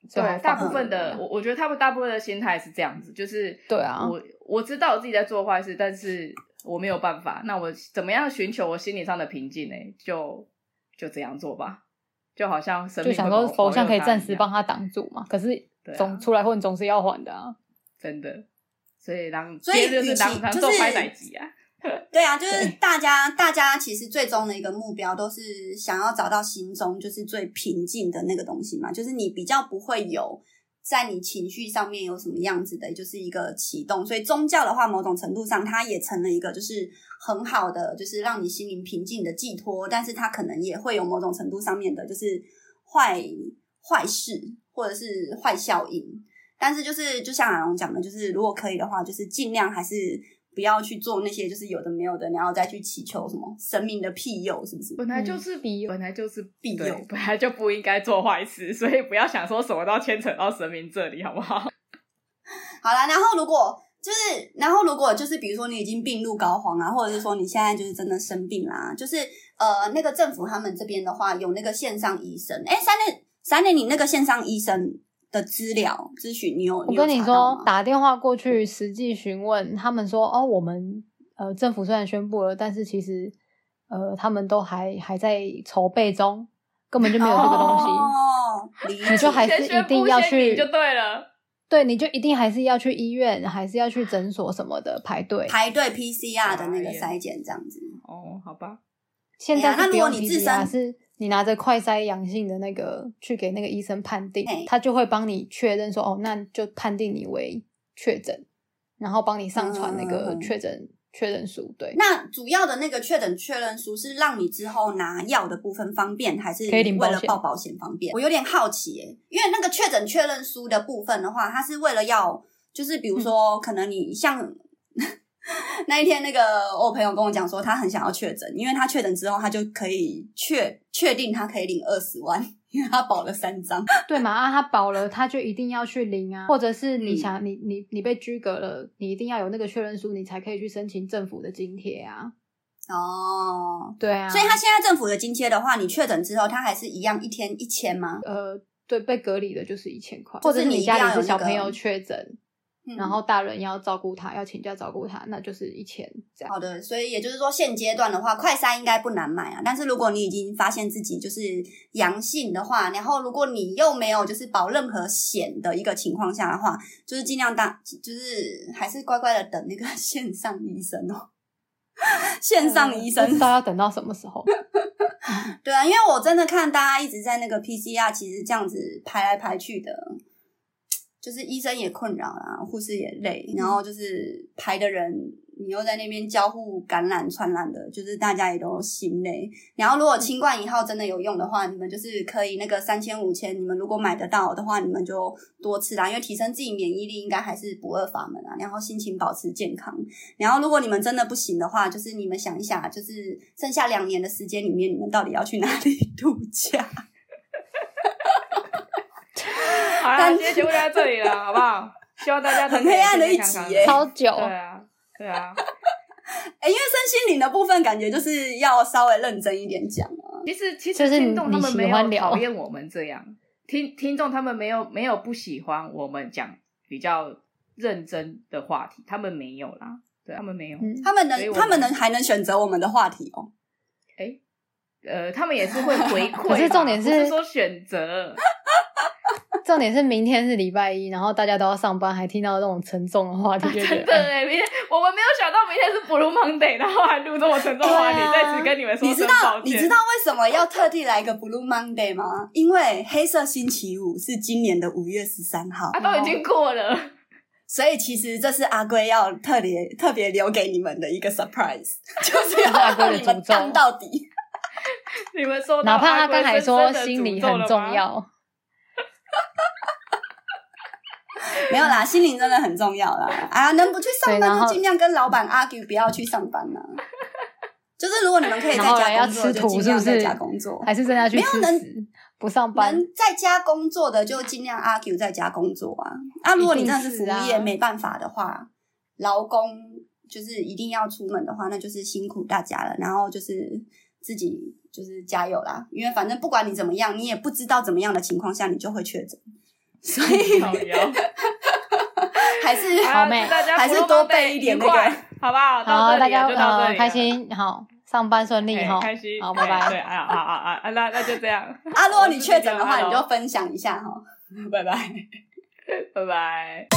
C: 所以他
A: 对，大部
C: 放
A: 分的
C: 了
A: 我我觉得他们大部分的心态是这样子，就是
C: 对啊
A: 我我知道我自己在做坏事，但是我没有办法，那我怎么样寻求我心理上的平静呢？就就这样做吧，就好像神
C: 就
A: 明
C: 想
A: 会
C: 说
A: 保
C: 佛像可以暂时，
A: 保
C: 帮
A: 佑
C: 他挡住嘛，可是
A: 对啊
C: 总出来混总是要还的啊。
A: 他一样真的，所以让
B: 所以
A: 今天就是
B: 与其
A: 让让
B: 就
A: 做
B: 是
A: 拍奶集啊，
B: 对啊，就是
C: 对
B: 大家大家其实最终的一个目标都是想要找到心中就是最平静的那个东西嘛，就是你比较不会有在你情绪上面有什么样子的，就是一个启动。所以宗教的话，某种程度上它也成了一个就是很好的，就是让你心灵平静的寄托，但是它可能也会有某种程度上面的，就是坏坏事或者是坏效应。但是就是就像阿龙讲的，就是如果可以的话，就是尽量还是不要去做那些就是有的没有的，然后再去祈求什么神明的庇佑，是不是？
A: 本来就是
C: 嗯庇佑
A: 本来就是
B: 庇
A: 对
B: 佑
A: 本来就不应该做坏事，所以不要想说什么都要牵扯到神明这里，好不好？
B: 好啦，然后如果就是，然后如果就是，比如说你已经病入膏肓啊，或者是说你现在就是真的生病啦、就是呃，那个政府他们这边的话有那个线上医生，哎，三年三年，你那个线上医生的资料咨询，你有
C: 我跟
B: 你
C: 你
B: 有查到
C: 说
B: 吗，
C: 打电话过去实际询问，他们说哦，我们呃政府虽然宣布了，但是其实呃他们都还还在筹备中，根本就没有这个东西。
B: 哦，理解
C: 你就还是
A: 先
C: 一
A: 宣
C: 定
A: 布
C: 要
A: 先
C: 去
A: 领就对了。
C: 对，你就一定还是要去医院，还是要去诊所什么的排队。
B: 排队 PCR 的那个
A: 哎呀
B: 筛检这样子。
A: 哦，好吧，
C: 现
B: 哎
C: 在
B: 呀那
C: 是
B: 如
C: 不
B: 果
C: 用
B: 你自
C: PCR，
B: 身
C: 是你拿着快筛阳性的那个去给那个医生判定
B: 嘿，
C: 他就会帮你确认说，哦，那就判定你为确诊，然后帮你上传那
B: 嗯嗯
C: 个
B: 嗯
C: 确诊确认书，对，
B: 那主要的那个确诊确认书是让你之后拿药的部分方便，还是
C: 可以领
B: 为
C: 保
B: 了
C: 险
B: 报保险方便？我有点好奇耶、因为那个确诊确认书的部分的话，它是为了要，就是比如
C: 嗯
B: 说，可能你像、 那一天那个我朋友跟我讲说，他很想要确诊，因为他确诊之后，他就可以确确定他可以领二十万，因为他保了三 张。
C: 对嘛？啊，他保了，他就一定要去领啊，或者是你
B: 嗯
C: 想、你你你被居隔了，你一定要有那个确认书，你才可以去申请政府的津贴啊，
B: 哦，
C: 对啊，
B: 所以他现在政府的津贴的话，你确诊之后，他还是一样一天一千吗？
C: 呃，对，被隔离的就是一千块，
B: 就
C: 或
B: 是
C: 者
B: 你
C: 家
B: 一定
C: 里
B: 要有
C: 是
B: 那
C: 小
B: 个
C: 朋友确诊，
B: 嗯
C: 然后大人要照顾他，要请假照顾他，那就是一千这样。
B: 好的，所以也就是说，现阶段的话，快筛应该不难买啊。但是如果你已经发现自己就是阳性的话，然后如果你又没有就是保任何险的一个情况下的话，就是尽量当就是还是乖乖的等那个 线上医生哦。线上医生
C: 嗯不知道要等到什么时候？
B: 对啊，因为我真的看大家一直在那个 PCR，其实这样子排来排去的，就是医生也困扰啦，护士也累，然后就是排的人，你又在那边交互感染传染的，就是大家也都心累。然后如果新冠一号真的有用的话，你们就是可以那个三千五千，你们如果买得到的话，你们就多吃啦，因为提升自己免疫力应该还是不二法门啊。然后心情保持健康，然后，如果你们真的不行的话，就是你们想一下，就是剩下两年的时间里面，你们到底要去哪里度假？
A: 好啦，
B: 但
A: 今天节目就到这里 了，好不好？希望大家
B: 很黑暗的一集耶
C: 超久，
A: 对啊，对啊。
B: 哎，因为身心灵的部分，感觉就是要稍微认真一点讲啊。
A: 其实其
C: 就
A: 实
C: 是
A: 听众他们没
C: 你喜欢
A: 有
C: 聊
A: 讨厌我们这样，听听众他们没有没有不喜欢我们讲比较认真的话题，他们没有啦，对啊他们没有，
C: 嗯
B: 他们
A: 所以
B: 能，
A: 我
B: 他们能还能选择我们的话题哦。
A: 呃，他们也是会回馈吧，
C: 可是重点
A: 不
C: 是
A: 是说选择，
C: 重点是明天是礼拜一，然后大家都要上班，还听到那种沉重的话题，就觉
A: 真
C: 得
A: 的哎，明天我们没有想到明天是 Blue Monday，然后还录这么沉重的话题，
C: 对啊
A: 在此跟你们说
B: 你知
A: 声
B: 道
A: 抱歉。
B: 你知道为什么要特地来一个 Blue Monday 吗？因为黑色星期五是今年的五月十三号
A: 啊，，都已经过了，
B: 所以其实这是阿龟要特别特别留给你们的一个 surprise，就是 要
C: 阿龟的
B: 让你们
C: 诅咒
B: 干到底。
A: 你们收到
C: 哪怕他刚才
A: 阿
C: 说
A: 贵深深地
C: 心理
A: 诅咒
C: 很
A: 了
C: 重
A: 吗，
C: 要，
B: 没有 啦，心灵真的很重要啦。啊，能不去上
C: 对然
B: 班
C: 后
B: 就尽量跟老板 argue，不要去上班 啦。就是如果你们可以在
C: 然后来
B: 家
C: 要
B: 工作，
C: 吃
B: 就
C: 土
B: 尽
C: 是不
B: 量在
C: 是
B: 家工作；
C: 还是真的要去
B: 没有
C: 吃
B: 能
C: 屎不上班
B: 能？在家工作的就尽量 argue 在家工作啊。啊，如果你真的是服
C: 一定
B: 务
C: 是
B: 业
C: 啊
B: 没办法的话，劳工就是一定要出门的话，那就是辛苦大家了。然后就是自己就是加油啦，因为反正不管你怎么样，你也不知道怎么样的情况下你就会确诊，所以
A: 靠腰
B: 还是
C: 嗯好妹
A: 啊祝哎大家
B: 还是
A: Blue
B: 多
A: Monday
B: 备一点那
A: 愉
B: 个
A: 快好不好？
C: 好，
A: 到这
C: 大
A: 里啊
C: 家
A: 就到这
C: 呃
A: 里了
C: 开心，好，上班顺利
A: 哎
C: 哈，
A: 开心，
C: 好，拜
A: 哎
C: 拜
A: 对，。啊啊啊啊啊，那那就这样，
B: 啊，如果你确诊的
A: 我是
B: 话，
A: 迪奥
B: 你
A: 阿龙
B: 就分享一下哈。拜拜。
A: 拜拜。